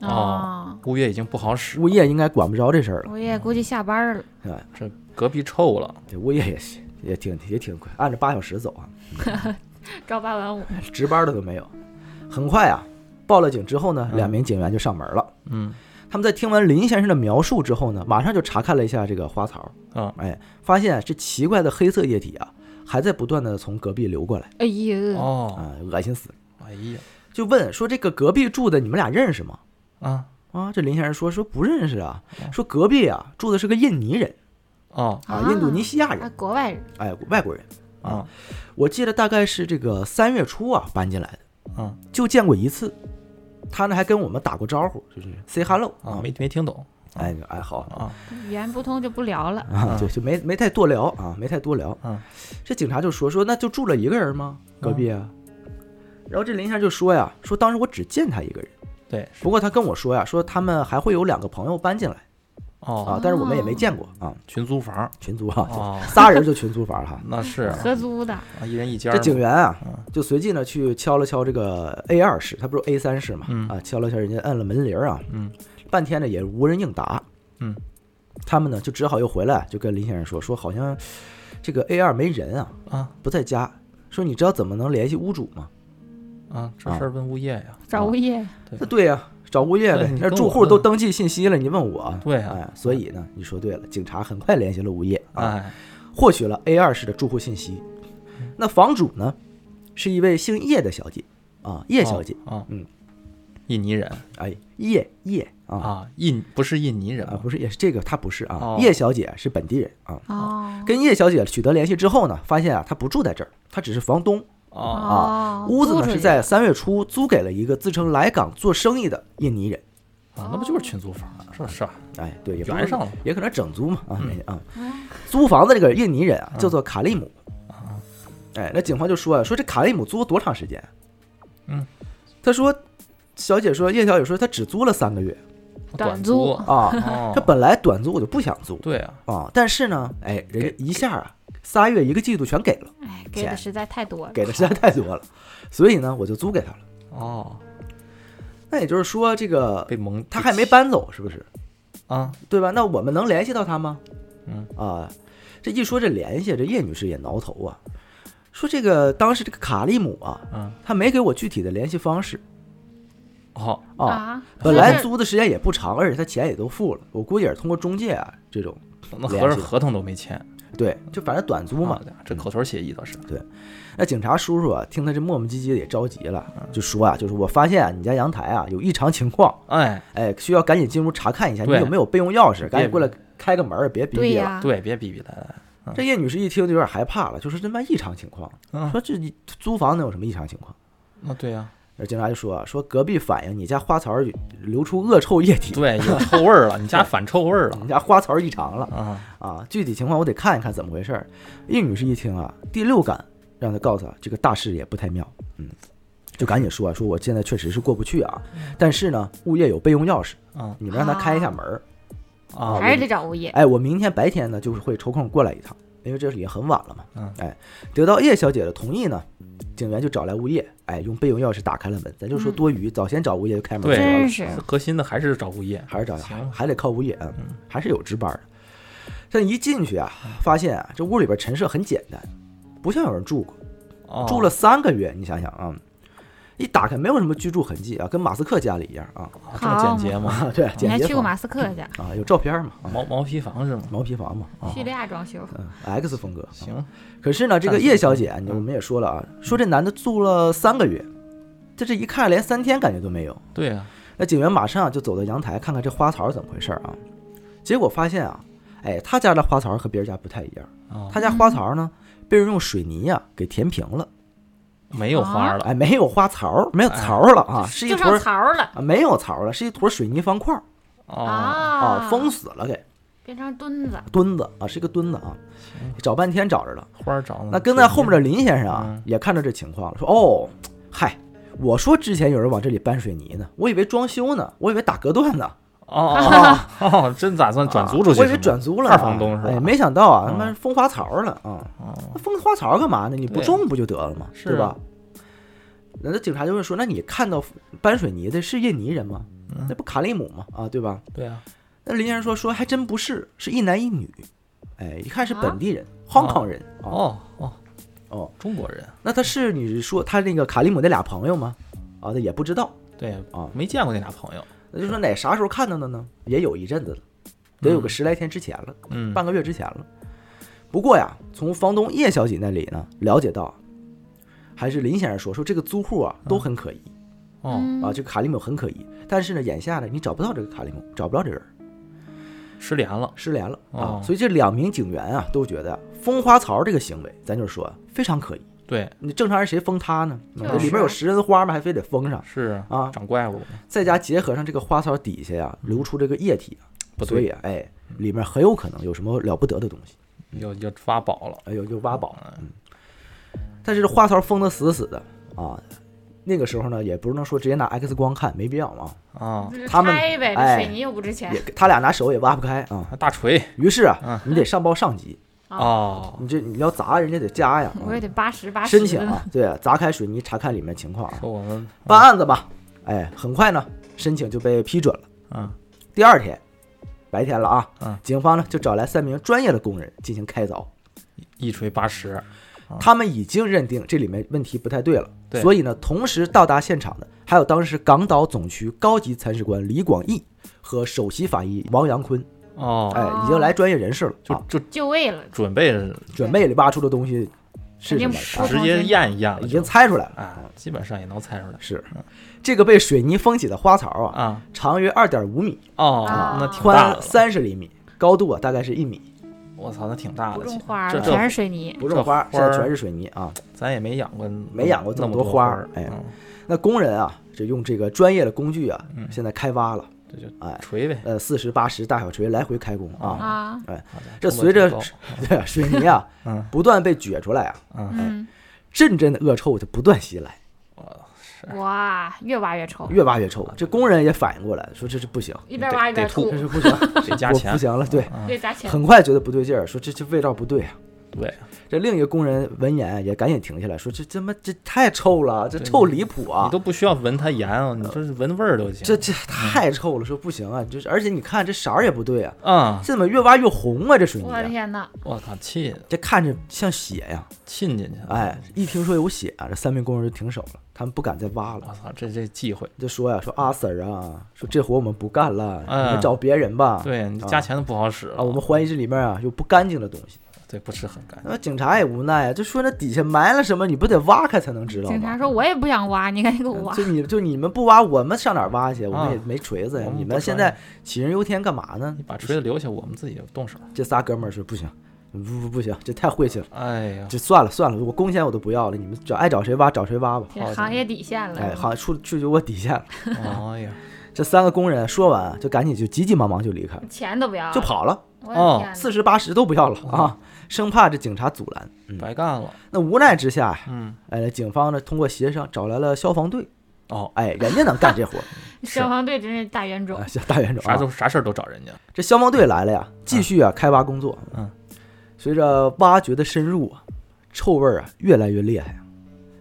Speaker 2: 哦
Speaker 3: 啊！
Speaker 2: 物业已经不好使，
Speaker 1: 物业应该管不着这事儿了。
Speaker 3: 我也估计下班儿了，
Speaker 1: 哎，
Speaker 2: 这隔壁臭了，
Speaker 1: 这物业也是也挺也挺快，按着八小时走啊，
Speaker 3: 朝八晚五，
Speaker 1: 值班的都没有。很快啊，报了警之后呢，
Speaker 2: 嗯
Speaker 1: 两名警员就上门了。
Speaker 2: 嗯
Speaker 1: 他们在听完林先生的描述之后呢，马上就查看了一下这个花槽，
Speaker 2: 啊，
Speaker 1: 哎，发现啊这奇怪的黑色液体啊，还在不断的从隔壁流过来，
Speaker 3: 哎呦，
Speaker 2: 哦，
Speaker 1: 啊、恶心死了。
Speaker 2: 哎呀，
Speaker 1: 就问说这个隔壁住的你们俩认识吗？
Speaker 2: 啊
Speaker 1: 啊，这林先生说说不认识啊，说隔壁啊住的是个印尼人
Speaker 2: 哦啊
Speaker 1: 啊，印度尼西亚
Speaker 3: 啊，
Speaker 1: 人，
Speaker 3: 国外人，
Speaker 1: 哎，外国人。
Speaker 2: 啊
Speaker 1: 我记得大概是这个三月初啊搬进来的，
Speaker 2: 啊
Speaker 1: 就见过一次。他呢还跟我们打过招呼，就是 say hello
Speaker 2: 啊，没没听懂
Speaker 1: 哎哎好
Speaker 2: 啊，
Speaker 3: 语言不通就不聊了，
Speaker 1: 啊，
Speaker 2: 嗯
Speaker 1: 就就没没太多聊啊，没太多聊。
Speaker 2: 嗯，
Speaker 1: 这警察就说说那就住了一个人吗？隔壁啊。然后这林先生就说呀，说当时我只见他一个人，
Speaker 2: 对，
Speaker 1: 不过他跟我说呀，说他们还会有两个朋友搬进来
Speaker 2: 哦，
Speaker 1: 啊，但是我们也没
Speaker 3: 哦
Speaker 1: 见过啊，
Speaker 2: 群租房
Speaker 1: 群租啊，
Speaker 2: 哦，
Speaker 1: 仨人就群租房哈。
Speaker 2: 那是啊
Speaker 3: 合租的，
Speaker 2: 一人一间儿
Speaker 1: 这
Speaker 2: 嘛，
Speaker 1: 警员啊
Speaker 2: 嗯，
Speaker 1: 就随即呢去敲了敲这个 A 二室，他不是 A 三室嘛，
Speaker 2: 嗯
Speaker 1: 啊，敲了敲人家按了门铃儿啊，
Speaker 2: 嗯，
Speaker 1: 半天呢也无人应答，
Speaker 2: 嗯，
Speaker 1: 他们呢就只好又回来，就跟林先生说说好像这个 A 二没人啊，
Speaker 2: 啊
Speaker 1: 不在家，说你知道怎么能联系屋主吗？
Speaker 2: 啊，这事儿问物业呀，
Speaker 3: 找物业，
Speaker 1: 那对呀、找物业
Speaker 2: 对
Speaker 1: 呗
Speaker 2: 你，
Speaker 1: 那
Speaker 2: 跟
Speaker 1: 住
Speaker 2: 我
Speaker 1: 户都
Speaker 2: 问
Speaker 1: 登记信息了，你问我，
Speaker 2: 对啊
Speaker 1: 哎，所以呢，你说对了，警察很快联系了物业啊，
Speaker 2: 哎，
Speaker 1: 获取了 A 二室的住户信息。
Speaker 2: 嗯
Speaker 1: 那房主呢，是一位姓叶的小姐啊，叶小姐，
Speaker 2: 啊，
Speaker 1: 嗯，
Speaker 2: 印尼人
Speaker 1: 哎，叶叶啊
Speaker 2: 啊，印不是印尼人
Speaker 1: 啊，
Speaker 2: 吗
Speaker 1: 不是，也是这个，她不是啊，
Speaker 2: 哦
Speaker 1: 叶小姐是本地人啊。
Speaker 3: 哦
Speaker 1: 跟叶小姐取得联系之后呢，发现啊，她不住在这儿，她只是房东，
Speaker 2: 哦
Speaker 1: 啊
Speaker 3: 哦
Speaker 1: 屋子
Speaker 3: 租
Speaker 1: 呢
Speaker 3: 出
Speaker 1: 是
Speaker 3: 去
Speaker 1: 在三月初租给了一个自称来港做生意的印尼人。
Speaker 2: 啊，那不就是群租房这事儿
Speaker 1: 哎，对，也不
Speaker 2: 圆上了，
Speaker 1: 也可能整租嘛啊人家啊
Speaker 3: 嗯，
Speaker 1: 租房子这个印尼人啊
Speaker 2: 嗯
Speaker 1: 叫做卡利姆，哎，那警方就说啊，说这卡利姆租了多长时间？啊
Speaker 2: 嗯，
Speaker 1: 他说，小姐说叶小姐说她只租了三个月
Speaker 3: 短
Speaker 2: 租
Speaker 3: 租
Speaker 1: 啊，
Speaker 2: 哦
Speaker 1: 她，本来短租我就不想租
Speaker 2: 对啊，
Speaker 1: 啊，但是呢，哎，人家一下啊仨月一个季度全给了，
Speaker 3: 哎，给的实在太多了，
Speaker 1: 给的实在太多了，所以呢我就租给她了。
Speaker 2: 哦，
Speaker 1: 那也就是说，这个
Speaker 2: 被蒙，
Speaker 1: 她还没搬走，是不是？
Speaker 2: 啊，
Speaker 1: 对吧？那我们能联系到她吗？
Speaker 2: 嗯
Speaker 1: 啊，这一说这联系，这叶女士也挠头啊，说这个当时这个卡利姆啊，
Speaker 2: 嗯，
Speaker 1: 她没给我具体的联系方式
Speaker 2: 哦，
Speaker 1: 啊。
Speaker 3: 啊，
Speaker 1: 本来
Speaker 3: 租
Speaker 1: 租的时间也不长，而且她钱也都付了，我估计也是通过中介啊这种，
Speaker 2: 那合
Speaker 1: 联
Speaker 2: 着
Speaker 1: 系
Speaker 2: 合同都没签，
Speaker 1: 对，就反正短租嘛嗯
Speaker 2: 啊。这口头协议倒是，
Speaker 1: 那警察叔叔啊，听他这磨磨唧唧的也着急了，就说啊，就是我发现啊，你家阳台啊有异常情况，
Speaker 2: 哎，
Speaker 1: 哎，需要赶紧进屋查看一下，你
Speaker 2: 对
Speaker 1: 有没有备用钥匙，
Speaker 2: 别
Speaker 1: 赶紧过来开个门儿，别逼
Speaker 3: 对
Speaker 1: 逼了。
Speaker 3: 呀，
Speaker 2: 对，别逼逼赖赖，
Speaker 1: 这叶女士一听就有点害怕了，就说这嘛异常情况，
Speaker 2: 嗯
Speaker 1: 说这你租房能有什么异常情况？
Speaker 2: 那对呀，
Speaker 1: 而警察就说啊，说隔壁反映你家花槽流出恶臭液体，
Speaker 2: 对，有臭味儿了，你家反臭味儿了
Speaker 1: 你家花槽异常了
Speaker 2: 啊，
Speaker 1: 啊！具体情况我得看一看怎么回事儿。叶女士一听啊，第六感让她告诉她，这个大事也不太妙，嗯，就赶紧说啊，说我现在确实是过不去啊，
Speaker 3: 嗯
Speaker 1: 但是呢，物业有备用钥匙，
Speaker 2: 啊
Speaker 1: 你们让他开一下门儿。
Speaker 2: 啊，
Speaker 3: 还是得找物业，
Speaker 1: 哎，我明天白天呢就是会抽空过来一趟，因为这也很晚了嘛。
Speaker 2: 嗯
Speaker 1: 哎，得到叶小姐的同意呢，警员就找来物业，哎，用备用钥匙打开了门。咱就说
Speaker 3: 嗯
Speaker 1: 多余，早先找物业就开门
Speaker 2: 对
Speaker 1: 得了嗯
Speaker 3: 真是
Speaker 2: 这核心的还是找物业，
Speaker 1: 还是找还
Speaker 2: 行
Speaker 1: 还得靠物业，嗯，还是有值班的。但一进去啊，发现啊，这屋里边陈设很简单，不像有人住过，
Speaker 2: 哦
Speaker 1: 住了三个月，你想想啊，一打开没有什么居住痕迹啊，跟马斯克家里一样啊
Speaker 2: 这么简洁吗？
Speaker 1: 啊，对，
Speaker 3: 你
Speaker 1: 简
Speaker 3: 还
Speaker 1: 洁
Speaker 3: 去过
Speaker 1: 房
Speaker 3: 马斯克家，
Speaker 1: 啊，有照片嘛，啊
Speaker 2: 毛毛坯房是吗？
Speaker 1: 毛坯房嘛，啊
Speaker 3: 叙利亚装修，
Speaker 1: 嗯，X 风格。啊
Speaker 2: 行，
Speaker 1: 可是呢，这个
Speaker 2: 暂时
Speaker 1: 叶小姐，
Speaker 2: 嗯
Speaker 1: 我们也说了啊，说这男的住了三个月，这这一看连三天感觉都没有。
Speaker 2: 对啊，
Speaker 1: 那警员马上就走到阳台看看这花槽怎么回事儿啊，结果发现啊，哎，他家的花槽和别人家不太一样，
Speaker 2: 啊，
Speaker 1: 他家花槽呢被人用水泥呀、给填平了，
Speaker 2: 没有花了，
Speaker 1: 哎，没有花槽，没有槽儿了啊，是一
Speaker 3: 哎就
Speaker 1: 坨
Speaker 3: 上槽儿了
Speaker 1: 啊没有槽儿了，是一坨水泥方块儿
Speaker 2: 哦，
Speaker 1: 啊，封死了给
Speaker 3: 变成墩子，
Speaker 1: 墩子啊，是一个墩子啊，找半天找着了。
Speaker 2: 花儿
Speaker 3: 嗯
Speaker 2: 长得
Speaker 1: 那跟在后面的林先生啊
Speaker 2: 嗯，
Speaker 1: 也看到这情况了，说哦，嗨，我说之前有人往这里搬水泥呢，我以为装修呢，我以为打隔断呢，
Speaker 2: 哦哦哦哦，真打算转租出
Speaker 1: 啊
Speaker 2: 去是
Speaker 1: 我
Speaker 2: 吗？
Speaker 1: 以为转租了呢，
Speaker 2: 二房东是吧
Speaker 1: 哎，没想到啊，他妈
Speaker 2: 嗯
Speaker 1: 封花槽了啊！
Speaker 2: 哦
Speaker 1: 那封花槽干嘛呢？你不
Speaker 2: 对
Speaker 1: 种不就得了吗？
Speaker 2: 是啊
Speaker 1: 对吧？那警察就会说，那你看到搬水泥的是印尼人吗？
Speaker 2: 嗯
Speaker 1: 那不卡利姆吗？啊，对吧？
Speaker 2: 对啊，
Speaker 1: 那林先生说说还真不是，是一男一女，哎，一看是
Speaker 3: 啊
Speaker 1: 本地人，香港人啊。
Speaker 2: 哦哦
Speaker 1: 哦，
Speaker 2: 中国人，
Speaker 1: 那他是你是说他那个卡利姆那俩朋友吗？啊，他也不知道，
Speaker 2: 对
Speaker 1: 啊
Speaker 2: 没见过那俩朋友，
Speaker 1: 那就说哪啥时候看到的呢？也有一阵子了，得有个
Speaker 2: 嗯
Speaker 1: 十来天之前了，
Speaker 2: 嗯，
Speaker 1: 半个月之前了。不过呀，从房东叶小姐那里呢了解到，还是林先生说说这个租户啊都很可疑、
Speaker 2: 哦，
Speaker 3: 嗯
Speaker 1: 啊，这个卡利姆很可疑。但是呢，眼下呢你找不到这个卡利姆，找不着这人，
Speaker 2: 失联了，
Speaker 1: 失联了啊。
Speaker 2: 哦
Speaker 1: 所以这两名警员啊都觉得风花槽这个行为，咱就是说非常可疑。
Speaker 2: 对，
Speaker 1: 你正常人谁封它呢？
Speaker 2: 就是
Speaker 1: 那里边有食人花吗？还非得封上？
Speaker 2: 是
Speaker 1: 啊
Speaker 2: 长怪物了，
Speaker 1: 再加结合上这个花槽底下呀、流出这个液体啊，
Speaker 2: 不
Speaker 1: 所以
Speaker 2: 对，
Speaker 1: 啊哎，里面很有可能有什么了不得的东西，
Speaker 2: 要要挖宝了，
Speaker 1: 哎
Speaker 2: 嗯
Speaker 1: 呦，就挖嗯宝。
Speaker 2: 了，
Speaker 1: 但是这花槽封得死死的啊，那个时候呢，也不是能说直接拿 X 光看，没必要嘛，
Speaker 2: 啊，
Speaker 3: 就是
Speaker 1: 他们
Speaker 3: 拆呗，
Speaker 1: 哎
Speaker 3: 这水泥又不值钱
Speaker 1: 也他俩拿手也挖不开啊。
Speaker 2: 还大锤
Speaker 1: 于是
Speaker 2: 嗯
Speaker 1: 啊，你得上报上级，
Speaker 3: 啊，
Speaker 2: 哦，
Speaker 1: 你这你要砸人家得加呀，
Speaker 3: 我也得八十八
Speaker 1: 啊
Speaker 3: 十
Speaker 1: 申请啊，对啊，砸开水泥查看里面情况啊，
Speaker 2: 说我们
Speaker 1: 办案子吧。哎，很快呢，申请就被批准了。
Speaker 2: 啊
Speaker 1: 第二天，白天了啊
Speaker 2: 嗯，
Speaker 1: 警方呢就找来三名专业的工人进行开凿。
Speaker 2: 一锤八十，
Speaker 1: 他们已经认定这里面问题不太对了，
Speaker 2: 啊对
Speaker 1: 所以呢，同时到达现场的还有当时港岛总区高级参事官李广义和首席法医王阳坤，
Speaker 2: 哦，
Speaker 1: 哎，已经来专业人士了，
Speaker 2: 就
Speaker 1: 啊、
Speaker 2: 就
Speaker 3: 就位了，
Speaker 2: 准备
Speaker 1: 准备挖出的东西是什么
Speaker 3: 肯定不
Speaker 1: 啊
Speaker 3: 是
Speaker 2: 直接验一验了，
Speaker 1: 已经猜出来了。
Speaker 2: 啊，基本上也能猜出来
Speaker 1: 是这个被水泥封起的花槽啊，
Speaker 2: 啊，
Speaker 1: 长约二点五米，
Speaker 2: 哦，
Speaker 3: 啊
Speaker 2: 那挺大
Speaker 1: 宽
Speaker 2: 的，
Speaker 1: 三十厘米，高度啊大概是一米，
Speaker 2: 我操，那挺
Speaker 1: 啊
Speaker 2: 大
Speaker 3: 不
Speaker 2: 的，
Speaker 3: 种
Speaker 2: 其实
Speaker 3: 花
Speaker 2: 这
Speaker 3: 了，
Speaker 2: 这
Speaker 3: 全是水泥，
Speaker 1: 不种花，
Speaker 2: 这
Speaker 1: 现
Speaker 2: 花儿
Speaker 1: 在全是水泥啊。
Speaker 2: 咱也没养过，
Speaker 1: 没养过这
Speaker 2: 那
Speaker 1: 么
Speaker 2: 么
Speaker 1: 多花
Speaker 2: 花
Speaker 1: 儿哎
Speaker 2: 嗯
Speaker 1: 那工人啊，这用这个专业的工具啊，
Speaker 2: 嗯
Speaker 1: 现在开挖了，
Speaker 2: 这就
Speaker 1: 哎，
Speaker 2: 锤呗，
Speaker 1: 呃，四十八十大小锤来回开工啊。
Speaker 3: 啊，
Speaker 2: 好
Speaker 1: 这
Speaker 2: 家伙成
Speaker 1: 随着
Speaker 2: 本挺高
Speaker 1: 对 啊，水泥啊
Speaker 2: 嗯
Speaker 1: 不断被撅出来啊，
Speaker 3: 嗯，
Speaker 1: 阵阵的恶臭就不断袭来，
Speaker 2: 我 是
Speaker 3: 哇，越挖越
Speaker 2: 哦
Speaker 3: 臭，
Speaker 1: 越挖越臭。这工人也反应过来，说这是不行，
Speaker 3: 一边挖一边
Speaker 2: 得吐
Speaker 1: 这是不行，
Speaker 2: 得加
Speaker 1: 我
Speaker 2: 钱
Speaker 1: 不，行了。对，
Speaker 2: 嗯
Speaker 3: 越加钱，
Speaker 1: 很快觉得不对劲儿，说这这味道不对啊。
Speaker 2: 对，
Speaker 1: 这另一个工人闻言也赶紧停下来，说这这妈这太臭了，这
Speaker 2: 对
Speaker 1: 臭离谱啊
Speaker 2: 你！都不需要闻它盐啊，你就是闻味儿都行。
Speaker 1: 这这太
Speaker 2: 嗯
Speaker 1: 臭了，说不行啊，就是而且你看这色儿也不对啊，
Speaker 2: 啊，
Speaker 1: 这怎么越挖越红啊？这水泥
Speaker 3: 我
Speaker 1: 啊、
Speaker 3: 的天呐，
Speaker 2: 我靠，气
Speaker 1: 这看着像血呀、
Speaker 2: 沁进去了。
Speaker 1: 哎，一听说有血啊，这三名工人就停手了，他们不敢再挖了。
Speaker 2: 我操，这这忌讳，
Speaker 1: 就说呀，说阿 Sir 啊，说这活我们不干了，
Speaker 2: 嗯
Speaker 1: 你们找别人吧。
Speaker 2: 对你
Speaker 1: 啊
Speaker 2: 加钱都不好使了
Speaker 1: 啊，我们怀疑这里面啊有不干净的东西。
Speaker 2: 对不吃很干净。
Speaker 1: 那警察也无奈啊，就说那底下埋了什么，你不得挖开才能知道
Speaker 3: 警察
Speaker 1: 吗？
Speaker 3: 说我也不想挖，你赶紧给我挖
Speaker 1: 嗯，就你就你们不挖，我们上哪儿挖去？我们
Speaker 2: 啊
Speaker 1: 也没锤子呀。
Speaker 2: 我们
Speaker 1: 你
Speaker 2: 不
Speaker 1: 们
Speaker 2: 传
Speaker 1: 现在杞人忧天干嘛呢
Speaker 2: 你？把锤子留下，我们自己动手。
Speaker 1: 这仨哥们儿说不行，不不不行，这太晦气了，
Speaker 2: 哎 呀，
Speaker 1: 就算了算了，我工钱我都不要了，你们找爱找谁挖找谁挖吧。
Speaker 3: 这行业底线
Speaker 1: 哎，
Speaker 3: 了，
Speaker 1: 好，触触及我底线了。
Speaker 2: 哎呀，
Speaker 1: 这三个工人说完啊就赶紧就急急忙忙就离开了，
Speaker 3: 钱都不要了，
Speaker 1: 就跑了。
Speaker 3: 我的天呐，
Speaker 1: 四十八十都不要了
Speaker 2: 嗯
Speaker 1: 啊，生怕这警察阻拦。嗯，
Speaker 2: 白干了。
Speaker 1: 那无奈之下呀，
Speaker 2: 嗯，
Speaker 1: 哎，警方呢通过协商找来了消防队，
Speaker 2: 哦，
Speaker 1: 哎，人家能干 这活儿，
Speaker 3: 消防队真是大冤种
Speaker 1: 啊，，小大冤种
Speaker 2: 啥
Speaker 1: 啊。
Speaker 2: 都啥事儿都找人家。
Speaker 1: 这消防队来了呀，继续啊开挖工作。
Speaker 2: 嗯，
Speaker 1: 随着挖掘的深入啊，臭味儿啊越来越厉害啊，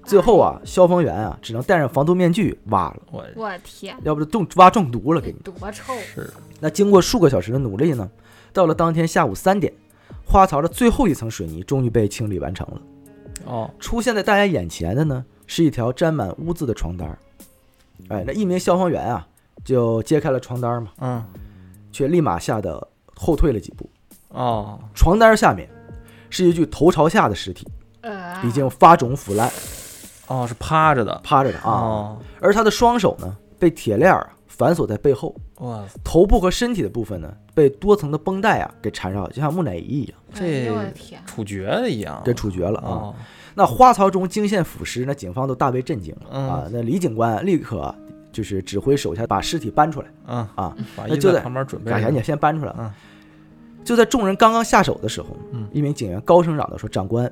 Speaker 1: 最后
Speaker 2: 哎
Speaker 1: 啊，消防员啊只能戴上防毒面具挖了，
Speaker 2: 我
Speaker 3: 哎我天，
Speaker 1: 要不就中挖中毒了给
Speaker 3: 这
Speaker 1: 你。
Speaker 3: 多臭，
Speaker 2: 是
Speaker 1: 那经过数个小时的努力呢，到了当天下午三点，花槽的最后一层水泥终于被清理完成了。
Speaker 2: 哦，
Speaker 1: 出现在大家眼前的呢是一条沾满污渍的床单儿。哎，那一名消防员啊，就揭开了床单儿嘛，
Speaker 2: 嗯，
Speaker 1: 却立马吓得后退了几步。
Speaker 2: 哦，
Speaker 1: 床单儿下面是一具头朝下的尸体，
Speaker 3: 呃，
Speaker 1: 已经发肿腐烂，
Speaker 2: 哦，是趴着的，
Speaker 1: 趴着的啊。
Speaker 2: 哦，
Speaker 1: 而他的双手呢，被铁链儿啊反锁在背后，
Speaker 2: 哇塞，
Speaker 1: 头部和身体的部分呢，被多层的绷带啊给缠绕，就像木乃伊一样，
Speaker 3: 哎呦我的
Speaker 2: 这
Speaker 3: 天，
Speaker 2: 处决了一样，
Speaker 1: 给处决了啊。
Speaker 2: 哦，
Speaker 1: 那花槽中惊现腐尸，那警方都大为震惊
Speaker 2: 嗯
Speaker 1: 啊。那李警官立刻就是指挥手下把尸体搬出来
Speaker 2: 嗯，
Speaker 1: 啊，
Speaker 2: 把
Speaker 1: 那就
Speaker 2: 衣服
Speaker 1: 得
Speaker 2: 在旁边准备
Speaker 1: 赶
Speaker 2: 着
Speaker 1: 赶紧先搬出来。啊
Speaker 2: 嗯
Speaker 1: 就在众人刚刚下手的时候
Speaker 2: 嗯，
Speaker 1: 一名警员高声嚷道：“说长官，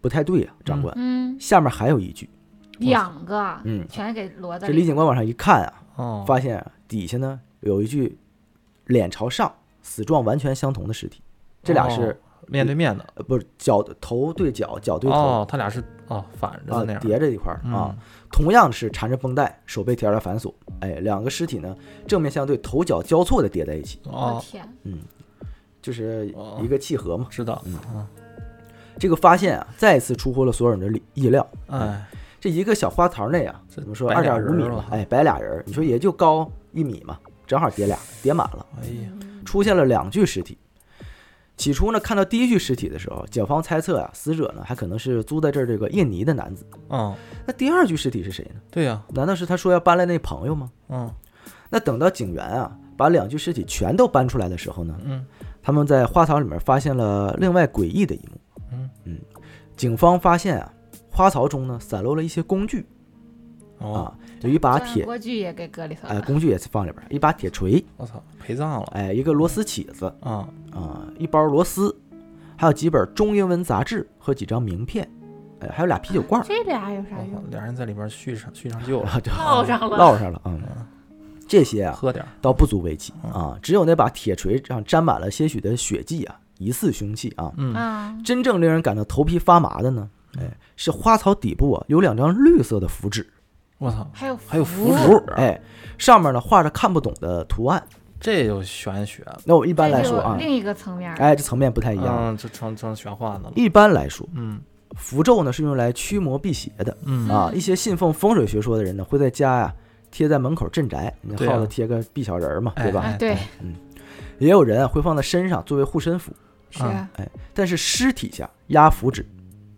Speaker 1: 不太对呀、长官，
Speaker 3: 嗯，
Speaker 1: 下面还有一具。
Speaker 3: 两个，
Speaker 1: 嗯
Speaker 3: 全给摞在
Speaker 1: 这李警官往上一看啊，
Speaker 2: 哦，
Speaker 1: 发现啊底下呢有一具脸朝上、死状完全相同的尸体，这俩
Speaker 2: 哦
Speaker 1: 是、
Speaker 2: 面对面的，
Speaker 1: 呃不是脚头对脚，脚对头、
Speaker 2: 哦，他俩是哦反着
Speaker 1: 啊
Speaker 2: 的那样，
Speaker 1: 叠着一块儿
Speaker 2: 嗯
Speaker 1: 啊，，同样是缠着绷带，手被铁链反锁。哎，两个尸体呢正面相对，头脚交错的叠在一起，
Speaker 3: 我
Speaker 2: 哦，
Speaker 3: 天，
Speaker 1: 就是
Speaker 2: 哦
Speaker 1: 一个契合嘛。
Speaker 2: 知道，
Speaker 1: 这个发现啊，再次出乎了所有人的意料。
Speaker 2: 哎，
Speaker 1: 这一个小花槽内啊，
Speaker 2: 这
Speaker 1: 怎么说
Speaker 2: 摆
Speaker 1: 二
Speaker 2: 俩
Speaker 1: 点五米
Speaker 2: 人儿
Speaker 1: 嘛
Speaker 2: 了，
Speaker 1: 哎，摆俩人儿，你说也就高一米嘛，正好叠俩，叠满了。
Speaker 2: 哎呀，
Speaker 3: 嗯
Speaker 1: 出现了两具尸体。起初呢，看到第一具尸体的时候，警方猜测啊，死者呢还可能是租在这儿这个印尼的男子。
Speaker 2: 嗯，
Speaker 1: 那第二具尸体是谁呢？
Speaker 2: 对呀，
Speaker 1: 难道是他说要搬来那朋友吗？
Speaker 2: 嗯
Speaker 1: 那等到警员啊把两具尸体全都搬出来的时候呢，
Speaker 2: 嗯，
Speaker 1: 他们在花槽里面发现了另外诡异的一幕。
Speaker 2: 嗯
Speaker 1: 警方发现啊，花槽中呢散落了一些工具
Speaker 2: 哦，
Speaker 1: 啊，有一把
Speaker 3: 这样
Speaker 1: 铁，
Speaker 3: 锅具也给搁里头
Speaker 1: 哎，
Speaker 3: 了，
Speaker 1: 工具也放里边，一把铁锤，
Speaker 2: 我操，陪葬了，
Speaker 1: 哎，一个螺丝起子
Speaker 2: 啊，
Speaker 1: 啊、一包螺丝，还有几本中英文杂志和几张名片，哎，还有俩啤酒 罐儿，
Speaker 3: 这俩有啥
Speaker 2: 我操？
Speaker 3: 用
Speaker 2: 俩人在里边续上 续上旧了，
Speaker 1: 啊对
Speaker 3: 烙上了，
Speaker 1: 烙上了啊、嗯这些啊
Speaker 2: 喝点儿，
Speaker 1: 倒不足为奇
Speaker 2: 嗯
Speaker 1: 啊，只有那把铁锤上沾满了些许的血迹啊，疑似凶器啊。
Speaker 2: 嗯，
Speaker 3: 啊，
Speaker 1: 真正令人感到头皮发麻的呢，哎，是花草底部啊有两张绿色的符纸，
Speaker 2: 我操，
Speaker 3: 还有
Speaker 2: 还有符
Speaker 3: 符
Speaker 2: 纸，，
Speaker 1: 哎，上面呢画着看不懂的图案。
Speaker 2: 这就玄学了，
Speaker 1: 那我一般
Speaker 3: 这
Speaker 1: 来
Speaker 3: 就
Speaker 1: 说啊，
Speaker 3: 另一个层面儿，
Speaker 1: 哎，这层面不太一样。
Speaker 2: 嗯，这成成玄幻的了，
Speaker 1: 一般来说，
Speaker 2: 嗯
Speaker 1: 符咒呢是用来驱魔辟邪的，
Speaker 2: 嗯
Speaker 1: 啊，
Speaker 3: 嗯
Speaker 1: 一些信奉风水学说的人呢，会在家呀、贴在门口镇宅，你
Speaker 2: 对
Speaker 1: 耗
Speaker 2: 啊
Speaker 1: 子贴个壁小人儿嘛，对
Speaker 2: 哎
Speaker 1: 吧？
Speaker 3: 啊
Speaker 2: 哎
Speaker 3: 对，
Speaker 1: 也有人啊会放在身上作为护身符，
Speaker 3: 是
Speaker 1: 啊
Speaker 2: 嗯
Speaker 1: 但是尸体下压符纸，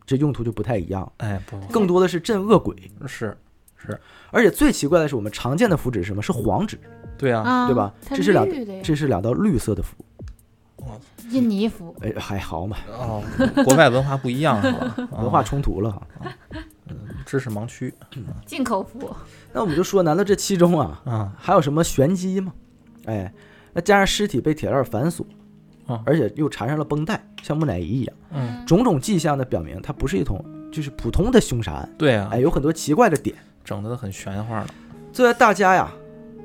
Speaker 1: 这用途就不太一样了，
Speaker 2: 哎不不
Speaker 1: 更多的是镇恶鬼。
Speaker 2: 是是，
Speaker 1: 而且最奇怪的是，我们常见的符纸是什么？是黄纸，
Speaker 2: 对呀，
Speaker 3: 啊，
Speaker 1: 对吧
Speaker 3: 它
Speaker 1: 这是两
Speaker 3: 绿的呀，
Speaker 1: 这是两道绿色的符。
Speaker 2: 我
Speaker 3: 印尼服，
Speaker 1: 哎，还好嘛，
Speaker 2: 哦，国外文化不一样是吧？
Speaker 1: 文化
Speaker 2: 啊
Speaker 1: 冲突了哈。
Speaker 2: 知识盲区
Speaker 3: 进口服，
Speaker 1: 那我们就说，难道这其中啊
Speaker 2: 啊，
Speaker 1: 还有什么玄机吗？哎，那加上尸体被铁链反锁
Speaker 2: 啊，
Speaker 1: 而且又缠上了绷带，像木乃伊一样。
Speaker 2: 嗯，
Speaker 1: 种种迹象呢表明，它不是一桶就是普通的凶杀案，
Speaker 2: 对啊呀
Speaker 1: 哎，，有很多奇怪的点。
Speaker 2: 整的很玄幻了，
Speaker 1: 就在大家呀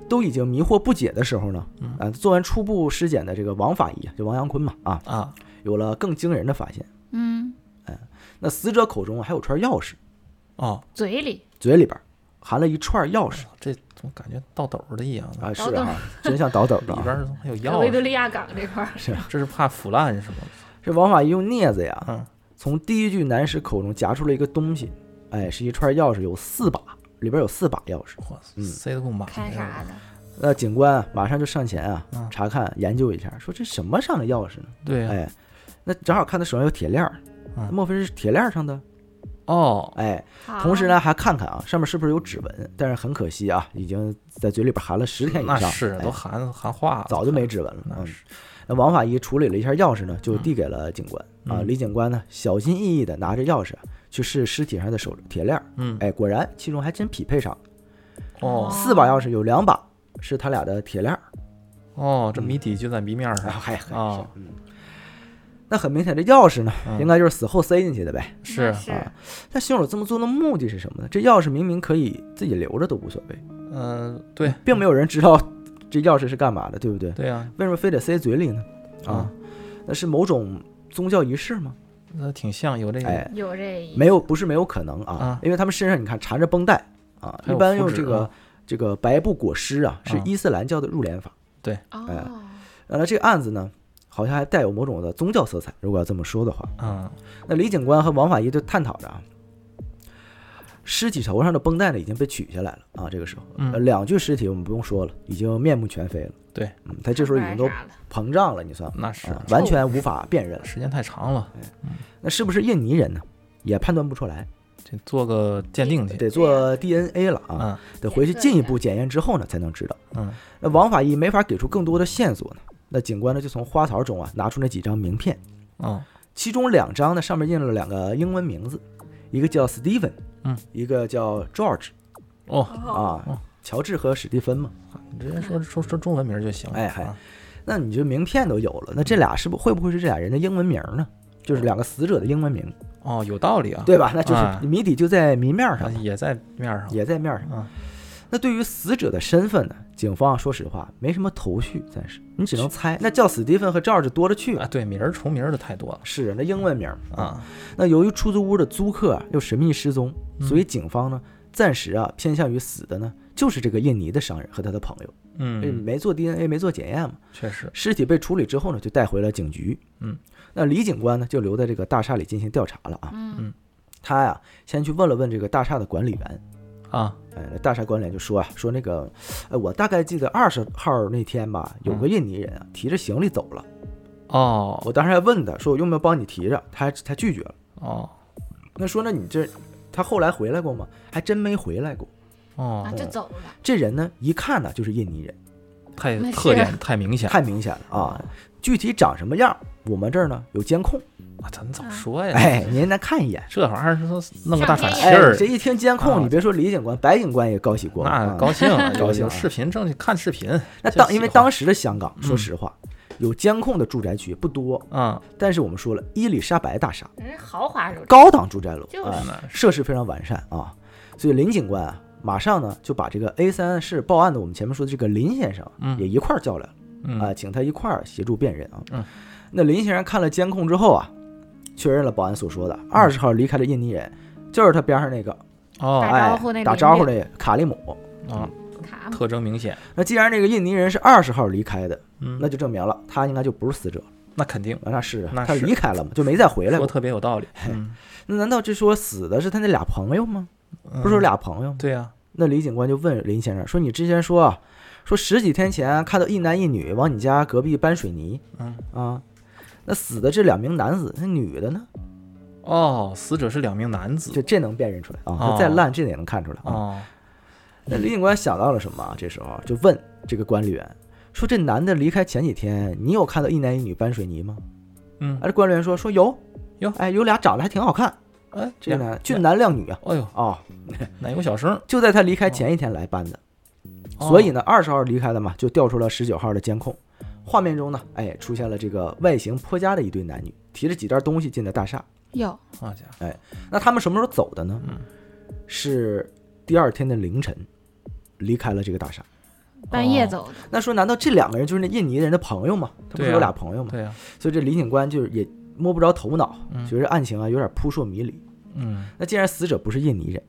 Speaker 1: 都已经迷惑不解的时候呢
Speaker 2: 嗯，
Speaker 1: 啊，做完初步尸检的这个王法医啊，就王阳坤嘛，啊，
Speaker 2: 啊，
Speaker 1: 有了更惊人的发现。
Speaker 3: 嗯，
Speaker 1: 那死者口中啊还有串钥匙，
Speaker 2: 哦，
Speaker 3: 嘴里
Speaker 1: 嘴里边含了一串钥匙
Speaker 2: 这怎么感觉倒斗儿的一样呢？
Speaker 1: 啊，是
Speaker 3: 倒斗
Speaker 1: 啊， 真像倒斗的
Speaker 2: 里
Speaker 1: 啊。
Speaker 2: 边儿还有
Speaker 3: 维
Speaker 2: 钥
Speaker 3: 多
Speaker 2: 匙，
Speaker 3: 利亚港这块儿，
Speaker 2: 这是怕腐烂是吗？
Speaker 1: 这王法医用镊子呀，
Speaker 2: 嗯，
Speaker 1: 从第一具男尸口中夹出了一个东西，哎，是一串钥匙，有四把，里边有四把钥匙。
Speaker 2: 哇，
Speaker 1: 嗯
Speaker 2: 塞得够满，
Speaker 3: 看啥？的，
Speaker 1: 那警官啊马上就上前啊
Speaker 2: 嗯
Speaker 1: 查看研究一下，说这什么上的钥匙呢？
Speaker 2: 对啊呀，
Speaker 1: 哎，那正好看他手上有铁链儿，
Speaker 2: 嗯
Speaker 1: 莫非是铁链儿上的？
Speaker 2: 哦，
Speaker 1: 哎，
Speaker 3: 好
Speaker 1: 同时呢，还看看啊，上面是不是有指纹？但是很可惜啊，已经在嘴里边含了十天以
Speaker 2: 那
Speaker 1: 上，
Speaker 2: 是
Speaker 1: 哎
Speaker 2: 都含含化了，
Speaker 1: 早就没指纹了。
Speaker 2: 那
Speaker 1: 嗯
Speaker 2: 是，
Speaker 1: 那王法医处理了一下钥匙呢，就递给了警官
Speaker 2: 嗯
Speaker 1: 啊。
Speaker 2: 嗯
Speaker 1: 李警官呢，小心翼翼的拿着钥匙啊去试尸体上的手铁链儿，
Speaker 2: 嗯，
Speaker 1: 哎，果然其中还真匹配上
Speaker 2: 哦
Speaker 1: 四把钥匙，有两把是他俩的铁链儿。
Speaker 2: 哦，这谜
Speaker 1: 嗯
Speaker 2: 底就在谜面上，
Speaker 1: 嗨，嗨
Speaker 2: 啊，
Speaker 1: 嗯。那很明显，这钥匙呢，
Speaker 2: 嗯
Speaker 1: 应该就是死后塞进去的呗。
Speaker 2: 是
Speaker 3: 那，是
Speaker 1: 啊但凶手这么做的目的是什么呢？这钥匙明明可以自己留着都无所谓，
Speaker 2: 嗯，对
Speaker 1: 并没有人知道这钥匙是干嘛的，对不对？
Speaker 2: 对啊呀，
Speaker 1: 为什么非得塞嘴里呢？啊
Speaker 2: 啊，
Speaker 1: 那是某种宗教仪式吗？
Speaker 2: 那挺像有这个，
Speaker 1: 哎，
Speaker 3: 有这一
Speaker 1: 没有，不是没有可能啊
Speaker 2: 啊，
Speaker 1: 因为他们身上你看缠着绷带啊，一
Speaker 2: 还有
Speaker 1: 般
Speaker 2: 符
Speaker 1: 用
Speaker 2: 纸
Speaker 1: 这个
Speaker 2: 啊
Speaker 1: 这个白布裹尸啊，是
Speaker 2: 啊
Speaker 1: 伊斯兰教的入殓法。
Speaker 3: 哦，
Speaker 1: 呃，那这个案子呢，好像还带有某种的宗教色
Speaker 2: 啊
Speaker 1: 彩，如果要这么说的话。
Speaker 2: 嗯，
Speaker 1: 那李警官和王法医就探讨着啊，尸体头上的绷带呢已经被取下来了啊，这个时候，
Speaker 2: 嗯
Speaker 1: 呃两具尸体我们不用说了，已经面目全非了。
Speaker 2: 对，
Speaker 1: 嗯，他这时候已经都
Speaker 3: 不然啥了
Speaker 1: 膨胀了，你算吧
Speaker 2: 那是
Speaker 1: 啊完全无法辨认了。
Speaker 2: 时间太长了，
Speaker 1: 那是不是印尼人呢？也判断不出来，
Speaker 2: 这做个鉴定去。
Speaker 1: 得做 DNA 了啊，
Speaker 2: 嗯
Speaker 1: 得回去进一步检验之后呢才能知道。
Speaker 2: 嗯
Speaker 1: 那王法医没法给出更多的线索呢，那警官呢就从花槽中啊拿出那几张名片，
Speaker 2: 嗯
Speaker 1: 其中两张呢上面印了两个英文名字，一个叫 Steven，
Speaker 2: 嗯，
Speaker 1: 一个叫 George
Speaker 2: 哦，
Speaker 3: 哦，
Speaker 1: 啊
Speaker 2: 哦，
Speaker 1: 乔治和史蒂芬嘛。
Speaker 2: 你直接说说说中文名儿就行了。
Speaker 1: 哎嗨
Speaker 2: 啊
Speaker 1: 那你这名片都有了，那这俩是不会不会是这俩人的英文名呢？就是两个死者的英文名，
Speaker 2: 哦，有道理啊，
Speaker 1: 对吧？那就
Speaker 2: 哎
Speaker 1: 是谜底就在谜面上
Speaker 2: 啊，
Speaker 1: 嘛，
Speaker 2: 也在面儿上。
Speaker 1: 也在面上。
Speaker 2: 嗯，
Speaker 1: 那对于死者的身份呢，警方啊说实话没什么头绪，暂时你只能猜。那叫史蒂芬和 George 多了去了，
Speaker 2: 啊，对，名儿重名儿的太多了
Speaker 1: 是人的英文名
Speaker 2: 啊。。
Speaker 1: 那由于出租屋的租客啊又神秘失踪，
Speaker 2: 嗯
Speaker 1: 所以警方呢暂时啊偏向于死的呢就是这个印尼的商人和他的朋友，嗯，
Speaker 2: 嗯，
Speaker 1: 没做 DNA，没做检验嘛。
Speaker 2: 确实，
Speaker 1: 尸体被处理之后呢，就带回了警局。
Speaker 2: 嗯，
Speaker 1: 那李警官呢，就留在这个大厦里进行调查了啊。
Speaker 3: 嗯，
Speaker 1: 他呀，先去问了问这个大厦的管理员。
Speaker 2: 啊，
Speaker 1: 哎，那大厦管理员就说啊，说那个，呃，我大概记得二十号那天吧，有
Speaker 2: 嗯
Speaker 1: 个印尼人啊提着行李走了。
Speaker 2: 哦
Speaker 1: 我当时还问他说，我用不用帮你提着？他还他拒绝了。
Speaker 2: 哦
Speaker 1: 那说那你这，他后来回来过吗？还真没回来过。
Speaker 3: 啊，
Speaker 2: 哦，
Speaker 3: 就走了，
Speaker 1: 这人呢，一看呢就是印尼人，
Speaker 2: 太
Speaker 3: 那
Speaker 2: 特
Speaker 3: 是
Speaker 2: 点太明显了。
Speaker 1: 太明显了
Speaker 2: 哦
Speaker 1: 啊。 具体长什么样，我们这儿呢有监控，
Speaker 2: 啊，咱
Speaker 3: 嗯
Speaker 2: 早说呀，
Speaker 1: 哎，您来看一眼。
Speaker 2: 这玩意儿说弄个大喘气
Speaker 1: 哎，
Speaker 2: 儿，
Speaker 1: 这一听监
Speaker 2: 啊
Speaker 1: 控，你别说李警官，白警官也高兴过。
Speaker 2: 那
Speaker 1: 啊
Speaker 2: 高兴 啊，
Speaker 1: 高兴
Speaker 2: 有
Speaker 1: 啊
Speaker 2: 视频证据看视频。
Speaker 1: 那
Speaker 2: 就
Speaker 1: 当
Speaker 2: 喜
Speaker 1: 因为
Speaker 2: 欢
Speaker 1: 当时的香港，说
Speaker 2: 嗯
Speaker 1: 实话，有监控的住宅区不多，
Speaker 2: 啊，
Speaker 1: 但是我们说了，伊丽莎白大厦
Speaker 3: 人家豪华如
Speaker 1: 高档住宅楼，
Speaker 3: 就是
Speaker 1: 哎
Speaker 2: 那是
Speaker 1: 设施非常完善啊。所以林警官啊，马上呢就把这个 A 三室报案的我们前面说的这个林先生啊
Speaker 2: 嗯
Speaker 1: 也一块儿叫来了
Speaker 2: 嗯
Speaker 1: 啊，请他一块儿协助辨认啊
Speaker 2: 嗯。
Speaker 1: 那林先生看了监控之后啊，确认了保安所说的
Speaker 2: 嗯
Speaker 1: 二十号离开的印尼人就是他边上那个
Speaker 2: 哦
Speaker 3: 打
Speaker 1: 哎
Speaker 3: 招呼那
Speaker 1: 打
Speaker 3: 邻
Speaker 1: 招呼
Speaker 3: 居
Speaker 1: 那卡利姆。
Speaker 2: 啊，
Speaker 3: 卡嘛，
Speaker 2: 特征明显。
Speaker 1: 那既然这个印尼人是二十号离开的，
Speaker 2: 嗯，
Speaker 1: 那就证明了他应该就不是死者，
Speaker 2: 那肯定
Speaker 1: 那是啊
Speaker 2: 那
Speaker 1: 他
Speaker 2: 是
Speaker 1: 离开了嘛，就没再回来
Speaker 2: 说
Speaker 1: 过。
Speaker 2: 特别有道理。嗯，
Speaker 1: 那难道这说死的是他那俩朋友吗？不是有
Speaker 2: 嗯
Speaker 1: 俩朋友吗？
Speaker 2: 对呀，
Speaker 1: 那李警官就问林先生说：“你之前说啊，说十几天前看到一男一女往你家隔壁搬水泥
Speaker 2: 嗯，
Speaker 1: 啊，那死的这两名男子，那女的呢？
Speaker 2: 哦，死者是两名男子
Speaker 1: 这这能辨认出来啊？
Speaker 2: 哦
Speaker 1: 他再烂这也能看出来啊。
Speaker 2: 哦，
Speaker 1: 那李警官想到了什么啊？这时候就问这个管理员说：‘这男的离开前几天，你有看到一男一女搬水泥吗？’
Speaker 2: 嗯，
Speaker 1: 哎，这官员说说有
Speaker 2: 有
Speaker 1: 哎，有俩长得还挺好看，
Speaker 2: 哎，
Speaker 1: 这个
Speaker 2: 俩
Speaker 1: 呢俊男靓女啊，
Speaker 2: 哎呦，
Speaker 1: 哦，
Speaker 2: 奶油小生，
Speaker 1: 就在他离
Speaker 2: 哦
Speaker 1: 开前一天来搬的，所以呢，二十号离开的嘛，就调出了十九号的监控，画面中呢，哎，出现了这个外形颇佳的一对男女，提着几袋东西进的大厦。
Speaker 3: 有
Speaker 2: 好啊家伙，
Speaker 1: 那他们什么时候走的呢？
Speaker 2: 嗯
Speaker 1: 是第二天的凌晨。离开了这个大厦，
Speaker 3: 半夜
Speaker 2: 哦
Speaker 3: 走的，
Speaker 1: 那说难道这两个人就是那印尼人的朋友吗？他不
Speaker 2: 对
Speaker 1: 是
Speaker 2: 啊
Speaker 1: 有俩朋友吗？
Speaker 2: 对呀，
Speaker 1: 所以这李警官就是也摸不着头脑，
Speaker 2: 嗯
Speaker 1: 觉得案情啊有点扑朔迷离。
Speaker 2: 嗯
Speaker 1: 那既然死者不是印尼人，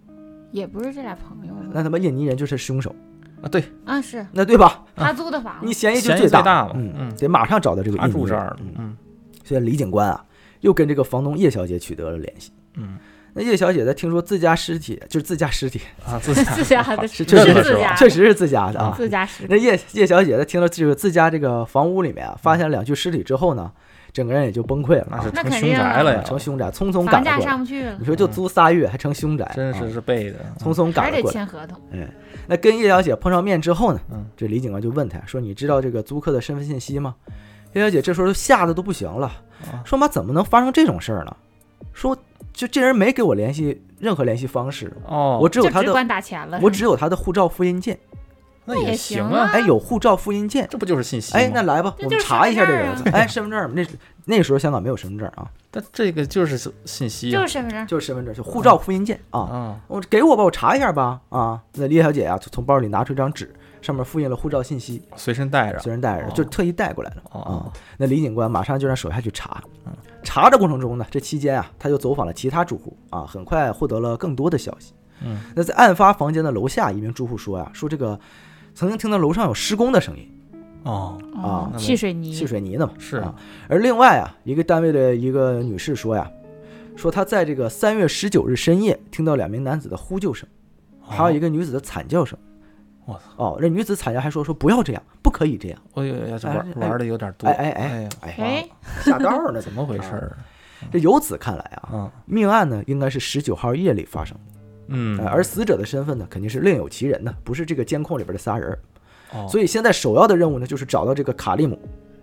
Speaker 3: 也不是这俩朋友吧
Speaker 1: 那他妈印尼人就是凶手，
Speaker 2: 啊，对，
Speaker 3: 啊，是
Speaker 1: 那对吧？
Speaker 3: 他租的房
Speaker 1: 你，嫌疑就
Speaker 2: 嫌疑最
Speaker 1: 大，
Speaker 2: 大嘛
Speaker 1: 嗯
Speaker 2: 嗯
Speaker 1: 得马上找到这个
Speaker 2: 他
Speaker 1: 印
Speaker 2: 住
Speaker 1: 尼
Speaker 2: 这
Speaker 1: 人
Speaker 2: 儿了，
Speaker 1: 嗯，
Speaker 2: 嗯
Speaker 1: 所以李警官啊，又跟这个房东叶小姐取得了联系。
Speaker 2: 嗯
Speaker 1: 那叶小姐在听说自家尸体就是自家尸体，
Speaker 2: 啊，自家
Speaker 3: 自家的
Speaker 1: 是
Speaker 3: 是
Speaker 1: 确
Speaker 2: 认
Speaker 1: 实
Speaker 2: 了
Speaker 3: 自家
Speaker 1: 确实是自家的啊。
Speaker 2: 嗯
Speaker 3: 自家是
Speaker 1: 那叶叶小姐在听到这个自家这个房屋里面啊，发现了两具尸体之后呢，整个人也就崩溃了啊，
Speaker 2: 那是
Speaker 3: 那
Speaker 2: 成
Speaker 3: 肯
Speaker 2: 凶
Speaker 3: 定
Speaker 2: 宅
Speaker 3: 啊
Speaker 2: 了呀，
Speaker 1: 成凶宅，匆匆赶了
Speaker 3: 房价
Speaker 1: 过来
Speaker 3: 上。不去了
Speaker 1: 你，说就租仨月还成凶宅，
Speaker 2: 真是
Speaker 1: 啊
Speaker 2: 是背的，
Speaker 1: 匆匆赶
Speaker 3: 还
Speaker 1: 了
Speaker 3: 得
Speaker 1: 过来。
Speaker 3: 签合同，
Speaker 1: 那跟叶小姐碰上面之后呢，
Speaker 2: 嗯
Speaker 1: 这李警官就问她说：“你知道这个租客的身份信息吗？”叶小姐这时候都吓得都不行了，
Speaker 2: 啊
Speaker 1: 说：“妈，怎么能发生这种事儿呢？说就这人没给我联系任何联系方式，
Speaker 2: 哦，
Speaker 1: 我只有
Speaker 3: 就
Speaker 1: 他
Speaker 3: 只
Speaker 1: 的，
Speaker 3: 管打钱了。
Speaker 1: 我只有他的护照复印件。
Speaker 2: 那
Speaker 3: 那
Speaker 2: 也
Speaker 3: 也
Speaker 2: 行
Speaker 3: 行
Speaker 2: 啊，
Speaker 3: 啊
Speaker 1: 哎，有护照复印件，
Speaker 2: 这不就是信息吗？
Speaker 1: 哎，那来吧，
Speaker 3: 这
Speaker 1: 我
Speaker 3: 就
Speaker 1: 们
Speaker 3: 是
Speaker 1: 查一下这
Speaker 3: 身份
Speaker 1: 人
Speaker 3: 证。啊
Speaker 1: 哎，身份证儿，那那时候香港没有身份证儿啊，
Speaker 2: 但这个就是信息
Speaker 3: 就
Speaker 2: 啊
Speaker 3: 是身份证，
Speaker 1: 就是身份证儿，就护照复印件啊。
Speaker 2: 啊，
Speaker 1: 我给我吧，我查一下吧。啊，那李小姐啊，从从包里拿出一张纸，上面复印了护照信息。”
Speaker 2: 随身带着
Speaker 1: 随身带着，
Speaker 2: 哦
Speaker 1: 就特意带过来了。啊
Speaker 2: 哦，
Speaker 1: 那李警官马上就让手下去查。查的过程中呢，这期间啊，他就走访了其他住户啊，很快获得了更多的消息。
Speaker 2: 嗯，
Speaker 1: 那在案发房间的楼下，一名住户说呀、说这个曾经听到楼上有施工的声音，
Speaker 2: 哦，
Speaker 1: 啊
Speaker 3: 哦
Speaker 2: 那
Speaker 3: 砌水泥，
Speaker 1: 砌水泥呢嘛。
Speaker 2: 是
Speaker 1: 啊。而另外啊，一个单位的一个女士说呀、说他在这个三月十九日深夜听到两名男子的呼救声，还有一个
Speaker 2: 个，
Speaker 1: 女子的惨叫声。
Speaker 2: 我操！
Speaker 1: 哦，那女子惨叫还说说不要这样，不可以这样，
Speaker 2: 哎呦呀，这
Speaker 1: 哎
Speaker 2: 玩玩的有点多，
Speaker 1: 哎哎哎
Speaker 2: 哎呀，
Speaker 3: 哎，
Speaker 1: 下道呢？
Speaker 2: 怎么回事？儿？
Speaker 1: 这由此看来啊，
Speaker 2: 啊，
Speaker 1: 命案呢应该是十九号夜里发生的。
Speaker 2: 嗯
Speaker 1: 呃，而死者的身份呢，肯定是另有其人的，不是这个监控里边的仨人儿。
Speaker 2: 哦
Speaker 1: 所以现在首要的任务呢，就是找到这个卡利姆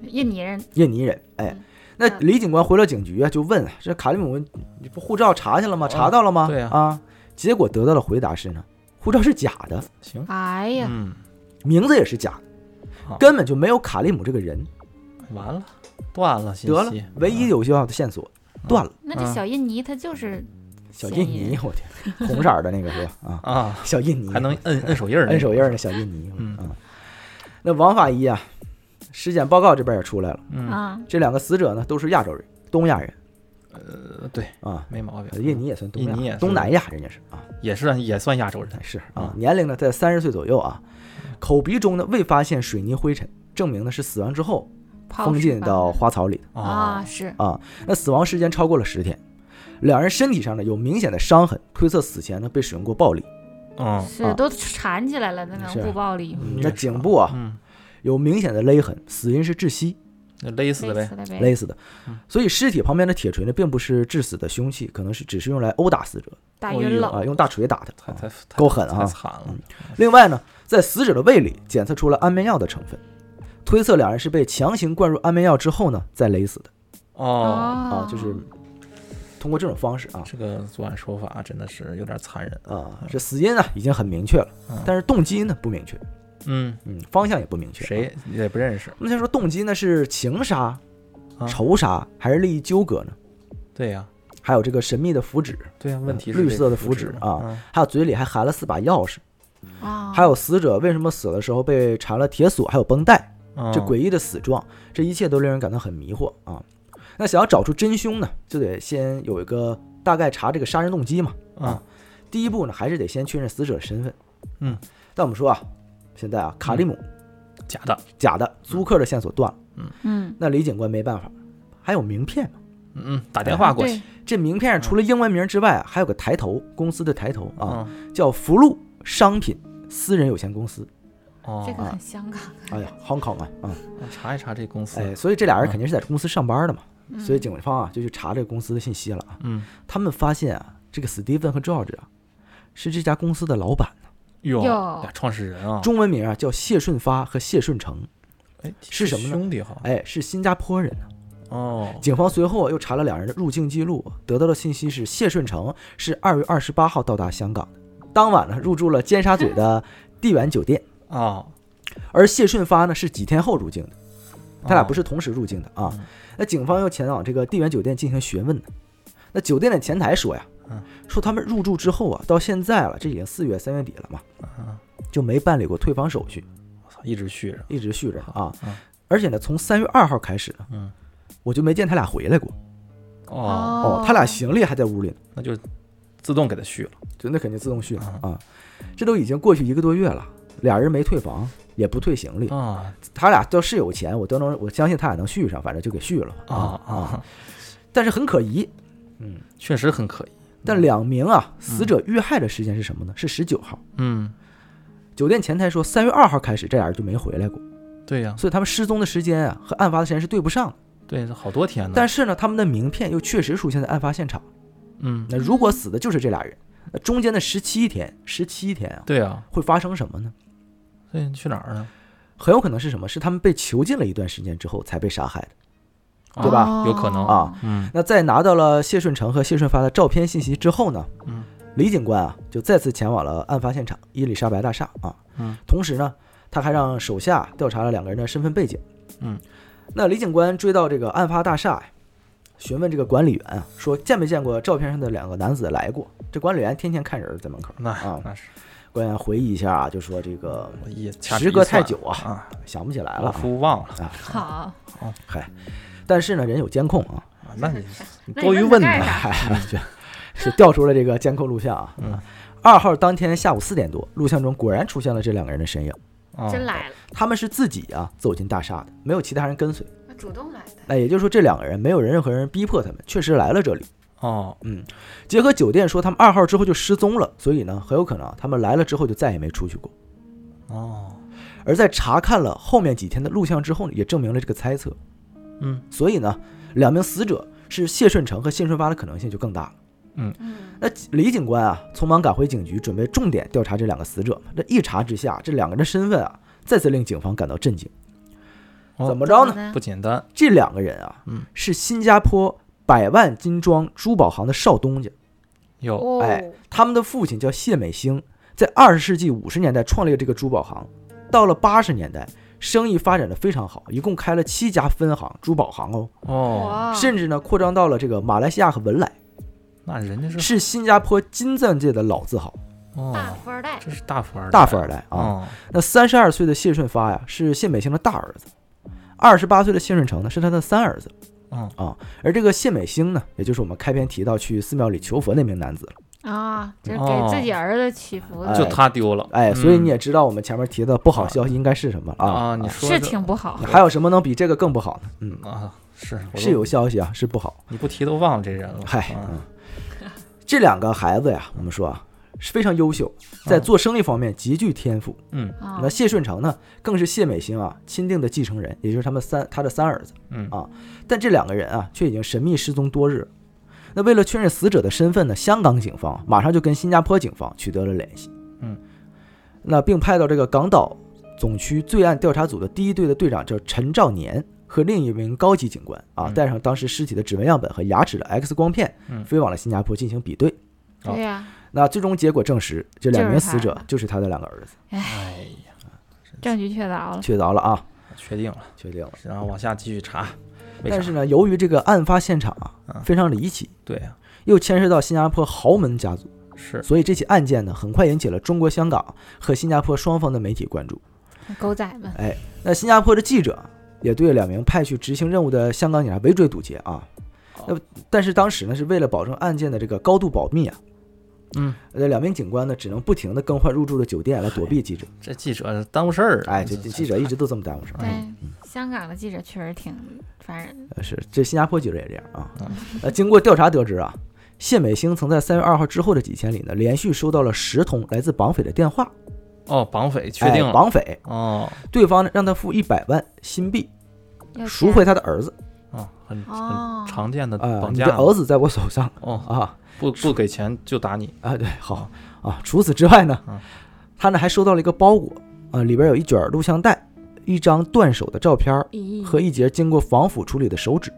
Speaker 3: 印尼人
Speaker 1: 印尼人。哎，那
Speaker 3: 嗯
Speaker 1: 李警官回了警局啊，就问这卡利姆，你不护照查去了吗？查到了吗？
Speaker 2: 哦对呀
Speaker 1: 啊，结果得到的回答是呢，护照是假的，
Speaker 2: 行，
Speaker 3: 哎呀，
Speaker 2: 嗯，
Speaker 1: 名字也是假的
Speaker 2: 好，
Speaker 1: 根本就没有卡利姆这个人。
Speaker 2: 完了，断了，信
Speaker 1: 得了
Speaker 2: 息，
Speaker 1: 唯一
Speaker 2: 嗯
Speaker 1: 有效的线索断了。
Speaker 3: 那这小印尼他就是
Speaker 1: 小
Speaker 3: 嫌
Speaker 1: 印
Speaker 3: 疑
Speaker 1: 尼，我天，红色儿的那个是吧？啊，
Speaker 2: 啊，
Speaker 1: 小印尼
Speaker 2: 还能摁摁手印儿呢，
Speaker 1: 摁手印儿的小印尼。
Speaker 2: 嗯
Speaker 1: 那王法医啊，尸检报告这边也出来了，
Speaker 2: 嗯，
Speaker 3: 啊，
Speaker 1: 这两个死者呢都是亚洲人，东亚人
Speaker 2: 呃对，
Speaker 1: 啊，
Speaker 2: 没毛病，
Speaker 1: 印尼也算东亚，
Speaker 2: 印尼也是
Speaker 1: 东南亚人家是啊，
Speaker 2: 也算也算亚洲人，
Speaker 1: 是啊
Speaker 2: 嗯，
Speaker 1: 年龄呢在三十岁左右啊，口鼻中呢未发现水泥灰尘，证明呢是死亡之后
Speaker 3: 泡
Speaker 1: 封
Speaker 3: 屎
Speaker 1: 禁
Speaker 3: 吧
Speaker 1: 到花草里的。
Speaker 3: 啊，
Speaker 2: 哦，
Speaker 3: 是
Speaker 1: 啊，那死亡时间超过了十天，两人身体上呢有明显的伤痕，推测死前呢被使用过暴力。
Speaker 2: 嗯
Speaker 1: 啊
Speaker 3: 是都缠起来了，那
Speaker 1: 是
Speaker 3: 能不暴力吗？
Speaker 2: 嗯
Speaker 1: 那颈部啊
Speaker 2: 嗯，
Speaker 1: 有明显的勒痕，死因是窒息
Speaker 2: 那勒死
Speaker 3: 累
Speaker 2: 的呗，
Speaker 3: 死了呗，
Speaker 1: 勒死的
Speaker 2: 嗯，
Speaker 1: 所以尸体旁边的铁锤呢并不是致死的凶器，可能是只是用来殴打死者
Speaker 3: 打
Speaker 2: 哦
Speaker 3: 晕
Speaker 2: 哟
Speaker 1: 啊，
Speaker 3: 了，
Speaker 1: 用大锤打他
Speaker 2: 太。
Speaker 1: 啊
Speaker 2: 太太
Speaker 1: 够狠啊
Speaker 2: 太惨了
Speaker 1: 嗯，另外呢，在死者的胃里检测出了安眠药的成分，推测两人是被强行灌入安眠药之后呢再勒死的
Speaker 2: 哦。
Speaker 1: 啊，就是通过这种方式
Speaker 3: 哦
Speaker 1: 啊。
Speaker 2: 这个作案手法真的是有点残忍，
Speaker 1: 啊，这死因呢已经很明确了
Speaker 2: 嗯，
Speaker 1: 但是动机呢不明确，
Speaker 2: 嗯，
Speaker 1: 嗯，方向也不明确。
Speaker 2: 谁也不认识，
Speaker 1: 我们先说动机呢是情杀、
Speaker 2: 啊
Speaker 1: 仇杀还是利益纠葛呢？
Speaker 2: 对呀，
Speaker 1: 还有这个神秘的符纸，
Speaker 2: 对呀，问题是
Speaker 1: 嗯绿
Speaker 2: 这
Speaker 1: 色
Speaker 2: 个
Speaker 1: 的
Speaker 2: 符
Speaker 1: 符
Speaker 2: 纸
Speaker 1: 纸
Speaker 2: 嘛
Speaker 1: 啊，还有嘴里还含了四把钥匙，
Speaker 2: 哦
Speaker 3: 啊，
Speaker 1: 还有死者为什么死的时候被缠了铁锁，还有绷带，
Speaker 2: 嗯
Speaker 1: 这诡异的死状，这一切都令人感到很迷惑啊。那想要找出真凶呢，就得先有一个大概查这个杀人动机嘛。
Speaker 2: 啊，
Speaker 1: 第一步呢，还是得先确认死者的身份。
Speaker 2: 嗯，
Speaker 1: 但我们说啊，现在啊，卡利姆、
Speaker 2: 假的，
Speaker 1: 假的，租客的线索断了，
Speaker 3: 嗯，
Speaker 1: 那李警官没办法，还有名片呢。
Speaker 2: 嗯嗯，打电话过去
Speaker 3: 对，
Speaker 1: 这名片上除了英文名之外啊，还有个抬头，公司的抬头啊，
Speaker 2: 嗯，
Speaker 1: 叫福禄商品私人有限公司。
Speaker 2: 哦，
Speaker 1: 啊
Speaker 3: 这个很香港，
Speaker 1: 哎呀，Hong Kong 啊，啊，
Speaker 2: 查一查这公司，
Speaker 1: 哎，所以这俩人肯定是在公司上班的嘛，
Speaker 3: 嗯
Speaker 1: 所以警方啊就去查这个公司的信息了啊。
Speaker 2: 嗯，
Speaker 1: 他们发现啊，这个史蒂芬和 George 啊，是这家公司的老板，
Speaker 2: 哟，
Speaker 3: 哟
Speaker 2: 俩创始人啊，
Speaker 1: 中文名啊叫谢顺发和谢顺成，
Speaker 2: 哎
Speaker 1: 是什么呢
Speaker 2: 兄弟好，
Speaker 1: 哎，是新加坡人呢、
Speaker 2: 哦，
Speaker 1: 警方随后啊又查了两人的入境记录，得到的信息是谢顺成是二月二十八号到达香港的，当晚呢入住了尖沙咀的地源酒店。
Speaker 2: 哦，
Speaker 1: 而谢顺发呢是几天后入境的，他俩不
Speaker 2: 是
Speaker 1: 是同时入境的啊
Speaker 2: 嗯。
Speaker 1: 那警方又前往这个地源酒店进行询问呢。那酒店的前台说呀
Speaker 2: 嗯，
Speaker 1: 说他们入住之后啊，到现在了，这已经四月三月底了嘛，就没办理过退房手续，
Speaker 2: 嗯一直续着，
Speaker 1: 一直续着呢啊
Speaker 2: 嗯。
Speaker 1: 而且呢，从三月二号开始呢，
Speaker 2: 嗯，
Speaker 1: 我就没见他俩回来过。
Speaker 2: 哦，
Speaker 1: 他俩行李还在屋里呢，
Speaker 2: 那就自动给他续了，
Speaker 1: 就那肯定自动续了
Speaker 2: 嗯
Speaker 1: 啊。这都已经过去一个多月了，俩人没退房，也不退行李，
Speaker 2: 啊
Speaker 1: 他俩要是有钱，我都能，我相信他俩能续上，反正就给续了嘛
Speaker 2: 啊
Speaker 1: 啊。
Speaker 2: 啊，
Speaker 1: 但是很可疑。嗯，
Speaker 2: 确实很可疑，
Speaker 1: 但两名啊死者遇害的时间是什么呢？是十九号。
Speaker 2: 嗯，
Speaker 1: 酒店前台说，三月二号开始，这俩人就没回来过，
Speaker 2: 对呀，
Speaker 1: 所以他们失踪的时间啊和案发的时间是对不上的。
Speaker 2: 对，这好多天呢，
Speaker 1: 但是呢，他们的名片又确实出现在案发现场。
Speaker 2: 嗯，
Speaker 1: 那如果死的就是这俩人，那中间的十七天，十七天啊，
Speaker 2: 对呀，
Speaker 1: 会发生什么呢？
Speaker 2: 所以去哪儿呢？
Speaker 1: 很有可能是什么？是他们被囚禁了一段时间之后才被杀害的。
Speaker 2: 啊
Speaker 1: 对吧
Speaker 3: 哦
Speaker 2: 有可能
Speaker 1: 啊，
Speaker 2: 嗯
Speaker 1: 那在拿到了谢顺成和谢顺发的照片信息之后呢，
Speaker 2: 嗯，
Speaker 1: 李警官啊就再次前往了案发现场伊丽莎白大厦啊，
Speaker 2: 嗯，
Speaker 1: 同时呢，他还让手下调查了两个人的身份背景，
Speaker 2: 嗯，
Speaker 1: 那李警官追到这个案发大厦呀，询问这个管理员啊，说见没见过照片上的两个男子来过？这管理员天天看人儿在门口，
Speaker 2: 那
Speaker 1: 啊
Speaker 2: 那是
Speaker 1: 官员回忆一下啊，就说这个
Speaker 2: 我也掐指
Speaker 1: 时
Speaker 2: 一
Speaker 1: 隔太
Speaker 2: 算
Speaker 1: 久啊，
Speaker 2: 啊，
Speaker 1: 想不起来了
Speaker 2: 老
Speaker 1: 啊，
Speaker 2: 夫忘了，
Speaker 1: 啊，
Speaker 3: 好，
Speaker 1: 但是呢，人有监控啊，
Speaker 2: 啊那你你
Speaker 3: 那
Speaker 2: 多余
Speaker 3: 你
Speaker 2: 问
Speaker 3: 问他干
Speaker 2: 呢
Speaker 3: 啥
Speaker 1: 哎，就就调出了这个监控录像啊。
Speaker 2: 嗯
Speaker 1: 二号当天下午四点多，录像中果然出现了这两个人的身影。
Speaker 2: 啊，
Speaker 3: 真来了，
Speaker 1: 他们是自己啊走进大厦的，没有其他人跟随。
Speaker 3: 主动来的，
Speaker 1: 那也就是说，这两个人没有人任何人逼迫他们，确实来了这里。
Speaker 2: 哦，
Speaker 1: 结合酒店说他们二号之后就失踪了，所以呢，很有可能啊他们来了之后就再也没出去过。
Speaker 2: 哦，
Speaker 1: 而在查看了后面几天的录像之后呢，也证明了这个猜测。
Speaker 2: 嗯
Speaker 1: 所以呢，两名死者是谢顺成和谢顺发的可能性就更大了。
Speaker 3: 嗯，
Speaker 1: 那李警官啊，匆忙赶回警局，准备重点调查这两个死者嘛。这一查之下，这两个人的身份啊，再次令警方感到震惊。
Speaker 2: 哦
Speaker 1: 怎么着呢？
Speaker 3: 呢
Speaker 2: 不？简单，
Speaker 1: 这两个人啊，
Speaker 2: 嗯
Speaker 1: 是新加坡百万金庄珠宝行的少东家，
Speaker 2: 有
Speaker 3: 哦，
Speaker 1: 哎他们的父亲叫谢美兴，在二十世纪五十年代创立了这个珠宝行，到了八十年代，生意发展的非常好，一共开了七家分行珠宝行哦，
Speaker 2: 哦，
Speaker 3: 哇，
Speaker 1: 甚至呢扩张到了这个马来西亚和文莱，
Speaker 2: 那人家是
Speaker 1: 是新加坡金钻界的老字号，
Speaker 3: 大
Speaker 2: 哦，
Speaker 3: 富二代，
Speaker 2: 这是大富二代
Speaker 1: 大富二代啊。
Speaker 2: 哦
Speaker 1: 那三十二岁的谢顺发呀，是谢美兴的大儿子；二十八岁的谢顺成呢，是他的三儿子。
Speaker 2: 嗯
Speaker 1: 啊，而这个谢美兴呢，也就是我们开篇提到去寺庙里求佛那名男子了。
Speaker 3: 啊，这是
Speaker 2: 哦
Speaker 3: 给自己儿子祈福
Speaker 1: 哎
Speaker 2: 就
Speaker 3: 的，
Speaker 2: 他丢了，
Speaker 1: 哎，
Speaker 2: 嗯
Speaker 1: 所以你也知道我们前面提的不好消息应该是什么了啊？
Speaker 2: 啊，你说这
Speaker 3: 是挺不好。
Speaker 1: 还有什么能比这个更不好呢？嗯，
Speaker 2: 啊，是我都
Speaker 1: 是有消息啊，是不好。
Speaker 2: 你不提都忘了这人了，
Speaker 1: 嗨，
Speaker 2: 啊
Speaker 1: 嗯，这两个孩子呀，我们说啊，是非常优秀，在做生意方面极具天赋。
Speaker 2: 嗯
Speaker 3: 啊
Speaker 1: 那，谢顺成呢，更是谢美兴啊钦定的继承人，也就是他们三他的三儿子。
Speaker 2: 嗯
Speaker 1: 啊但这两个人啊，却已经神秘失踪多日了。那为了确认死者的身份呢，香港警方马上就跟新加坡警方取得了联系。
Speaker 2: 嗯，
Speaker 1: 那并派到这个港岛总区罪案调查组的第一队的队长叫陈兆年和另一名高级警官啊，
Speaker 2: 嗯
Speaker 1: 带上当时尸体的指纹样本和牙齿的 X 光片，
Speaker 2: 嗯
Speaker 1: 飞往了新加坡进行比对。
Speaker 2: 好
Speaker 3: 对呀，
Speaker 1: 那最终结果证实，这两
Speaker 3: 就是
Speaker 1: 名
Speaker 3: 他
Speaker 1: 死者
Speaker 3: 了
Speaker 1: 就是他的两个儿子，
Speaker 2: 哎呀，
Speaker 3: 证据确凿了。
Speaker 1: 确凿了啊，
Speaker 2: 确定了，
Speaker 1: 确定了。
Speaker 2: 然后往下继续查，为
Speaker 1: 但
Speaker 2: 啥
Speaker 1: 是呢，由于这个案发现场啊
Speaker 2: 嗯
Speaker 1: 非常离奇，
Speaker 2: 对呀，
Speaker 1: 又牵涉到新加坡豪门家族，
Speaker 2: 是
Speaker 1: 所以这起案件呢，很快引起了中国香港和新加坡双方的媒体关注。
Speaker 3: 狗仔们，
Speaker 1: 那新加坡的记者也对两名派去执行任务的香港警察围追堵截啊。
Speaker 2: 哦
Speaker 1: 那但是当时呢，是为了保证案件的这个高度保密啊，
Speaker 2: 嗯，
Speaker 1: 那两名警官呢，只能不停的更换入住的酒店来躲避记者。
Speaker 2: 这记者耽误事儿，啊嗯
Speaker 1: 哎，这这记者一直都这么耽误事儿。
Speaker 3: 对，香港的记者确实挺烦人的。
Speaker 1: 呃是，这新加坡记者也这样啊
Speaker 2: 嗯。
Speaker 1: 呃，经过调查得知啊，谢美兴曾在三月二号之后的几天里呢，连续收到了十通来自绑匪的电话，
Speaker 2: 哦，绑匪确定
Speaker 1: 哎、
Speaker 2: 了，
Speaker 1: 绑匪，
Speaker 2: 哦
Speaker 1: 对方呢让他付一百万新币
Speaker 3: 要
Speaker 1: 赎
Speaker 3: 钱
Speaker 1: 回他的儿子
Speaker 2: 哦，很
Speaker 3: 哦
Speaker 2: 很常见的
Speaker 1: 啊、呃
Speaker 2: 绑
Speaker 1: 你
Speaker 2: 架
Speaker 1: 的儿子在我手上
Speaker 2: 哦，
Speaker 1: 啊
Speaker 2: 不不给钱就打你，
Speaker 1: 啊，对，好啊。除此之外
Speaker 2: 嗯
Speaker 1: 呢，他呢还收到了一个包裹啊，里边有一卷录像带、一张断手的照片儿
Speaker 3: 咦
Speaker 1: 和一截经过防腐处理的手指，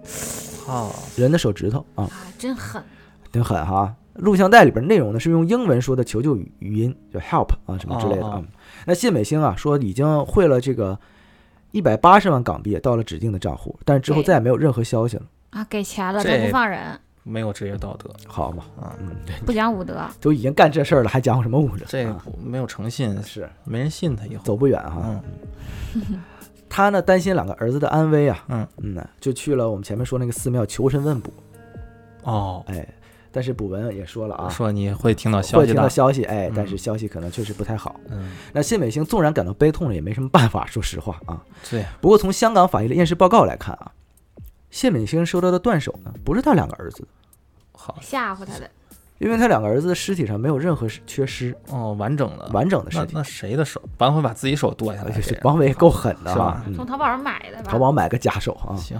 Speaker 2: 哦，
Speaker 1: 人的手指头啊，
Speaker 3: 啊，真狠，
Speaker 1: 挺狠哈。录像带里边内容呢是用英文说的求救语语音，叫 help 啊什么之类的
Speaker 2: 哦
Speaker 1: 啊
Speaker 2: 哦。
Speaker 1: 那谢美兴啊说已经汇了这个一百八十万港币到了指定的账户，但是之后
Speaker 3: 对
Speaker 1: 再也没有任何消息了，
Speaker 3: 啊，给钱了都
Speaker 2: 这
Speaker 3: 不放人，
Speaker 2: 没有职业道德，
Speaker 1: 好嘛
Speaker 2: 啊，
Speaker 1: 嗯，
Speaker 3: 不讲武德。
Speaker 1: 都已经干这事儿了，还讲我什么武德？
Speaker 2: 这
Speaker 1: 啊
Speaker 2: 不没有诚信，
Speaker 1: 是
Speaker 2: 没人信他以后，
Speaker 1: 走啊不远哈。
Speaker 2: 嗯
Speaker 1: 他呢担心两个儿子的安危啊，
Speaker 2: 嗯
Speaker 1: 嗯呢，就去了我们前面说那个寺庙求神问卜。
Speaker 2: 哦，
Speaker 1: 哎，但是卜文也说了啊，
Speaker 2: 说你会听到消
Speaker 1: 会
Speaker 2: 息
Speaker 1: 听
Speaker 2: 的
Speaker 1: 到，消息，哎，
Speaker 2: 嗯
Speaker 1: 但是消息可能确实不太好。
Speaker 2: 嗯，
Speaker 1: 那谢美兴纵然感到悲痛了，也没什么办法， 说实话啊。
Speaker 2: 对，
Speaker 1: 不过从香港法医的验尸报告来看啊，谢美兴收到的断手呢，不是他两个儿子的，
Speaker 2: 好，
Speaker 3: 吓唬他的，
Speaker 1: 因为他两个儿子的尸体上没有任何是缺失，
Speaker 2: 哦，完整的，
Speaker 1: 完整的
Speaker 2: 那
Speaker 1: 尸体。
Speaker 2: 那谁的手？绑匪把自己手剁下来，
Speaker 1: 这
Speaker 2: 这人
Speaker 1: 绑匪也够狠的啊
Speaker 2: 是吧！
Speaker 1: 嗯
Speaker 3: 从淘宝上买的吧？
Speaker 1: 淘宝买个假手啊。
Speaker 2: 行，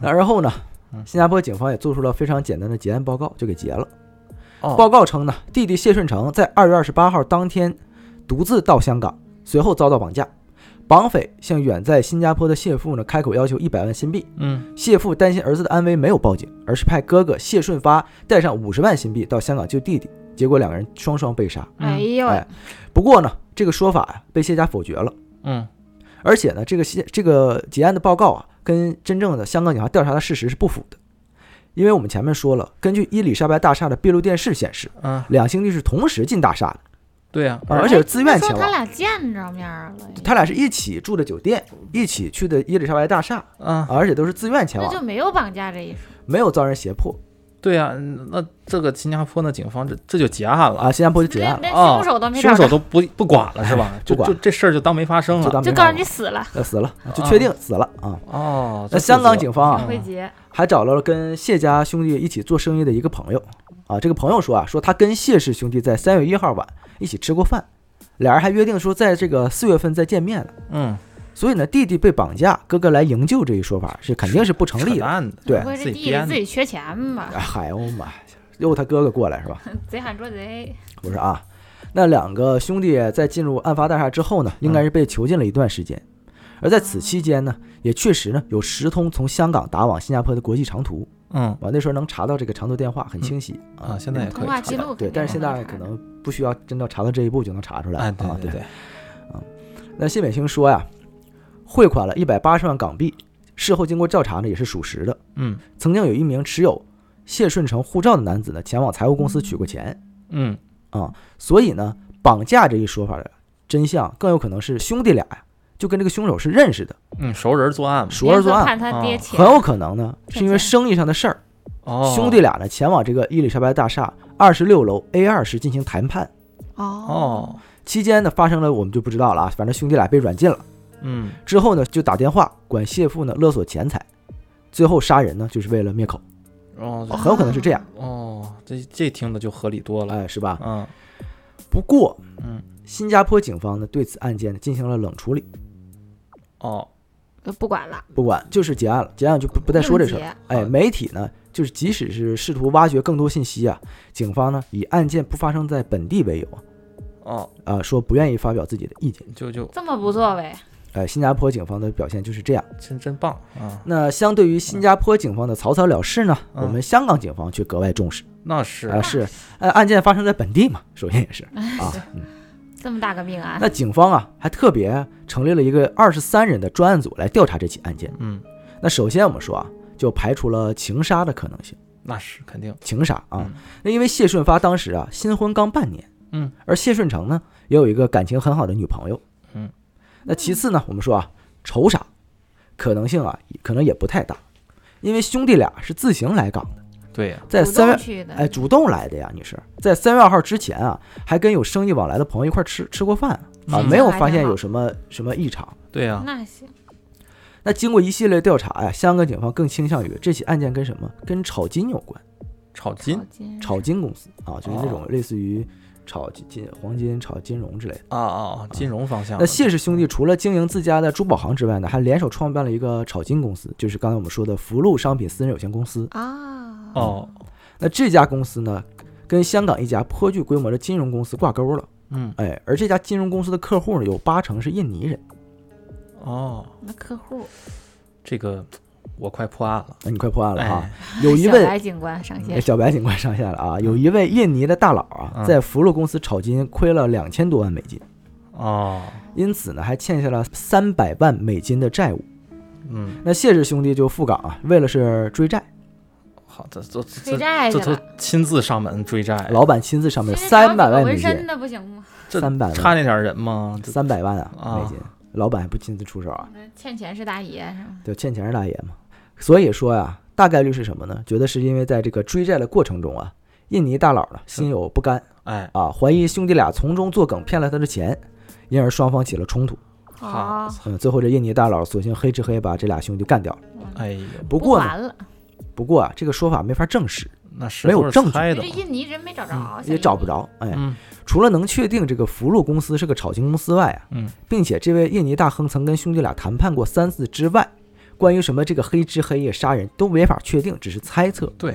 Speaker 1: 那而后呢，
Speaker 2: 嗯
Speaker 1: 新加坡警方也做出了非常简单的结案报告，就给结了。
Speaker 2: 哦，
Speaker 1: 报告称呢，弟弟谢顺成在二月二十八号当天独自到香港，随后遭到绑架。绑匪向远在新加坡的谢父呢开口要求一百万新币，
Speaker 2: 嗯，
Speaker 1: 谢父担心儿子的安危，没有报警，而是派哥哥谢顺发带上五十万新币到香港救弟弟。结果两个人双双被杀。
Speaker 2: 嗯
Speaker 3: 哎呦，
Speaker 1: 哎不过呢，这个说法呀、被谢家否决了，
Speaker 2: 嗯，
Speaker 1: 而且呢，这个谢这个结案的报告啊，跟真正的香港警察调查的事实是不符的，因为我们前面说了，根据伊丽莎白大厦的闭路电视显示，
Speaker 2: 嗯，
Speaker 1: 两兄弟是同时进大厦的。
Speaker 2: 对呀，
Speaker 1: 啊
Speaker 2: 而
Speaker 1: 而
Speaker 3: 哎
Speaker 1: 且是自愿
Speaker 3: 说
Speaker 1: 前
Speaker 3: 他
Speaker 1: 往。
Speaker 3: 俩见着面儿了，
Speaker 1: 他俩是一起住的酒店，一起去的伊丽莎白大厦，
Speaker 2: 啊，
Speaker 1: 而且都是自愿前
Speaker 3: 那就
Speaker 1: 往，
Speaker 3: 没有绑架这一说。
Speaker 1: 没有遭人胁迫。
Speaker 2: 对呀、那这个新加坡那警方这这就结案了，
Speaker 1: 啊，新加坡就结案
Speaker 3: 连
Speaker 1: 了，
Speaker 3: 连
Speaker 2: 哦
Speaker 3: 凶手都没找
Speaker 2: 凶手
Speaker 3: 着，
Speaker 2: 都不不管了是吧？就
Speaker 1: 不管
Speaker 2: 就这事儿就当没发生
Speaker 1: 就
Speaker 2: 了。
Speaker 1: 当
Speaker 3: 就
Speaker 1: 没
Speaker 3: 告诉
Speaker 1: 看
Speaker 3: 你死了，
Speaker 1: 呃死了，就
Speaker 2: 啊
Speaker 1: 确定死了啊。
Speaker 2: 哦，
Speaker 1: 那
Speaker 2: 这
Speaker 1: 香港
Speaker 2: 负责
Speaker 1: 警方啊
Speaker 3: 李慧杰
Speaker 1: 还找到了跟谢家兄弟一起做生意的一个朋友啊。这个朋友说啊，说他跟谢氏兄弟在三月一号晚一起吃过饭，俩人还约定说在这个四月份再见面了。
Speaker 2: 嗯，
Speaker 1: 所以呢，弟弟被绑架，哥哥来营救这一说法是肯定是不成立的。
Speaker 2: 扯淡的，
Speaker 1: 对
Speaker 3: 不会是
Speaker 2: 自己
Speaker 3: 弟弟
Speaker 2: 编
Speaker 3: 自
Speaker 2: 的
Speaker 3: 己缺钱吧？
Speaker 1: 哎呦妈，呀，又他哥哥过来是吧？
Speaker 3: 贼喊捉贼，
Speaker 1: 不是啊，那两个兄弟在进入案发大厦之后呢，应该是被囚禁了一段时间。而在此期间呢，也确实呢有十通从香港打往新加坡的国际长途
Speaker 2: 嗯
Speaker 1: 啊，那时候能查到这个长途电话很清晰、
Speaker 2: 啊，现在也可
Speaker 3: 通
Speaker 2: 以
Speaker 3: 话
Speaker 2: 查
Speaker 3: 记
Speaker 2: 到。
Speaker 3: 录
Speaker 1: 对，
Speaker 3: 肯定
Speaker 1: 但是现
Speaker 3: 能
Speaker 1: 在
Speaker 3: 查
Speaker 1: 可
Speaker 3: 到
Speaker 1: 能不需要真到查到这一步就能查出来
Speaker 2: 哎，
Speaker 1: 啊。
Speaker 2: 对对，
Speaker 1: 那谢美清说呀，汇款了一百八十万港币，事后经过调查呢也是属实的。
Speaker 2: 嗯
Speaker 1: 曾经有一名持有谢顺成护照的男子呢前往财务公司取过钱，
Speaker 2: 嗯，
Speaker 1: 所以呢，绑架这一说法的真相更有可能是兄弟俩呀，就跟这个凶手是认识的，
Speaker 2: 嗯，熟人作案嘛。
Speaker 1: 熟人作
Speaker 3: 严格
Speaker 1: 案，
Speaker 3: 判他爹
Speaker 2: 啊
Speaker 3: 钱，
Speaker 1: 很有可能呢
Speaker 3: 骗
Speaker 1: 是因为生意上的事儿，
Speaker 2: 哦，
Speaker 1: 兄弟俩呢前往这个伊丽莎白大厦二十六楼 A 二室进行谈判，
Speaker 3: 哦
Speaker 2: 哦，
Speaker 1: 期间呢发生了我们就不知道了啊，反正兄弟俩被软禁了，
Speaker 2: 嗯，
Speaker 1: 之后呢就打电话管谢父呢勒索钱财，最后杀人呢就是为了灭口，
Speaker 2: 哦
Speaker 1: 哦很有可能是这样，
Speaker 2: 哦，这这听着就合理多了。
Speaker 1: 哎，是吧？
Speaker 2: 嗯
Speaker 1: 不过
Speaker 2: 嗯，
Speaker 1: 新加坡警方呢对此案件呢进行了冷处理，
Speaker 2: 哦，
Speaker 3: 就不管了，
Speaker 1: 不管就是结案了，结案就不不再说这事儿了。
Speaker 3: 儿，
Speaker 1: 哎，
Speaker 2: 好
Speaker 1: 媒体呢，就是即使是试图挖掘更多信息啊，警方呢以案件不发生在本地为由啊，
Speaker 2: 哦，
Speaker 1: 呃，说不愿意发表自己的意见。
Speaker 2: 就就
Speaker 3: 这么不作为，
Speaker 1: 呃，新加坡警方的表现就是这样。
Speaker 2: 真真棒啊！
Speaker 1: 那相对于新加坡警方的草草了事呢，
Speaker 2: 嗯
Speaker 1: 我们香港警方却格外重视。
Speaker 2: 那是
Speaker 1: 啊、是，呃，案件发生在本地嘛，首先也 是啊。嗯
Speaker 3: 这么大个命案，
Speaker 1: 那警方啊，还特别成立了一个二十三人的专案组来调查这起案件。
Speaker 2: 嗯，
Speaker 1: 那首先我们说啊，就排除了情杀的可能性。
Speaker 2: 那是肯定。
Speaker 1: 情杀啊
Speaker 2: 嗯。
Speaker 1: 那因为谢顺发当时啊新婚刚半年，
Speaker 2: 嗯，
Speaker 1: 而谢顺成呢也有一个感情很好的女朋友，
Speaker 2: 嗯。
Speaker 1: 那其次呢，我们说啊仇杀可能性啊可能也不太大，因为兄弟俩是自行来港的，
Speaker 2: 对呀，
Speaker 1: 在
Speaker 3: 主
Speaker 1: 三
Speaker 3: 动
Speaker 1: 月
Speaker 3: 去的，
Speaker 1: 哎主动来的呀，你是在三月二号之前啊还跟有生意往来的朋友一块吃吃过饭啊，
Speaker 2: 嗯
Speaker 1: 没有发现有什么什么异常。
Speaker 2: 对呀，
Speaker 3: 那行，
Speaker 1: 那经过一系列调查呀、香港警方更倾向于这起案件跟什么？跟炒金有关。
Speaker 2: 炒金
Speaker 3: 好金
Speaker 1: 炒金公司啊，就是那种
Speaker 2: 嗯哦
Speaker 1: 类似于炒金金黄金、炒金融之类的。
Speaker 2: 啊啊，啊金融方向的。
Speaker 1: 那谢氏兄弟除了经营自家的珠宝行之外呢，还联手创办了一个炒金公司，就是刚才我们说的福禄商品私人有限公司。
Speaker 3: 啊，
Speaker 2: 哦，
Speaker 1: 那这家公司呢，跟香港一家颇具规模的金融公司挂钩了。
Speaker 2: 嗯，
Speaker 1: 哎，而这家金融公司的客户呢，有八成是印尼人。
Speaker 2: 哦，
Speaker 3: 那客户
Speaker 2: 这个我快破案了。
Speaker 1: 那你快破案了哈！
Speaker 2: 哎，
Speaker 1: 有一
Speaker 3: 小
Speaker 1: 位
Speaker 3: 白警官上
Speaker 1: 哎
Speaker 3: 线，
Speaker 1: 小白警官上线了啊，有一位印尼的大佬啊，
Speaker 2: 嗯
Speaker 1: 在福禄公司炒金亏了两千多万美金。
Speaker 2: 哦，
Speaker 1: 因此呢，还欠下了三百万美金的债务。
Speaker 2: 嗯，
Speaker 1: 那谢氏兄弟就赴港啊，为了是追债，
Speaker 2: 好，这这
Speaker 3: 追
Speaker 2: 这
Speaker 3: 债去
Speaker 2: 这
Speaker 3: 了，
Speaker 2: 都亲自上门追债，
Speaker 1: 老板亲自上门
Speaker 3: 哎其实只要
Speaker 1: 三百
Speaker 3: 有个
Speaker 1: 万美
Speaker 3: 纹
Speaker 1: 金
Speaker 3: 身，的不行吗？
Speaker 2: 这
Speaker 1: 300万
Speaker 2: 差那点人吗？这
Speaker 1: 三百万啊
Speaker 2: 啊
Speaker 1: 美金，老板还不亲自出手啊，
Speaker 3: 那欠钱是大爷是吗？
Speaker 1: 就欠钱是大爷嘛。所以说呀、大概率是什么呢？觉得是因为在这个追债的过程中啊，印尼大佬呢心有不甘
Speaker 2: 哎，
Speaker 1: 啊，怀疑兄弟俩从中作梗骗了他的钱，因而双方起了冲突。
Speaker 2: 好
Speaker 3: 哦，
Speaker 1: 嗯，最后这印尼大佬索性黑吃黑把这俩兄弟干掉了。
Speaker 2: 哎呦，
Speaker 1: 不
Speaker 3: 不
Speaker 1: 过呢，
Speaker 3: 完了，
Speaker 1: 不过啊，这个说法没法证实，
Speaker 2: 那是
Speaker 1: 没有
Speaker 2: 都是
Speaker 1: 证据
Speaker 2: 猜
Speaker 3: 这
Speaker 2: 的嘛。
Speaker 3: 印尼人没找着，小
Speaker 1: 也找
Speaker 3: 印
Speaker 1: 不
Speaker 3: 尼，
Speaker 1: 着。哎，
Speaker 2: 嗯
Speaker 1: 除了能确定这个福禄公司是个炒金公司外啊，
Speaker 2: 嗯，
Speaker 1: 并且这位印尼大亨曾跟兄弟俩谈判过三次之外，关于什么这个黑吃黑夜杀人都没法确定，只是猜测。
Speaker 2: 对，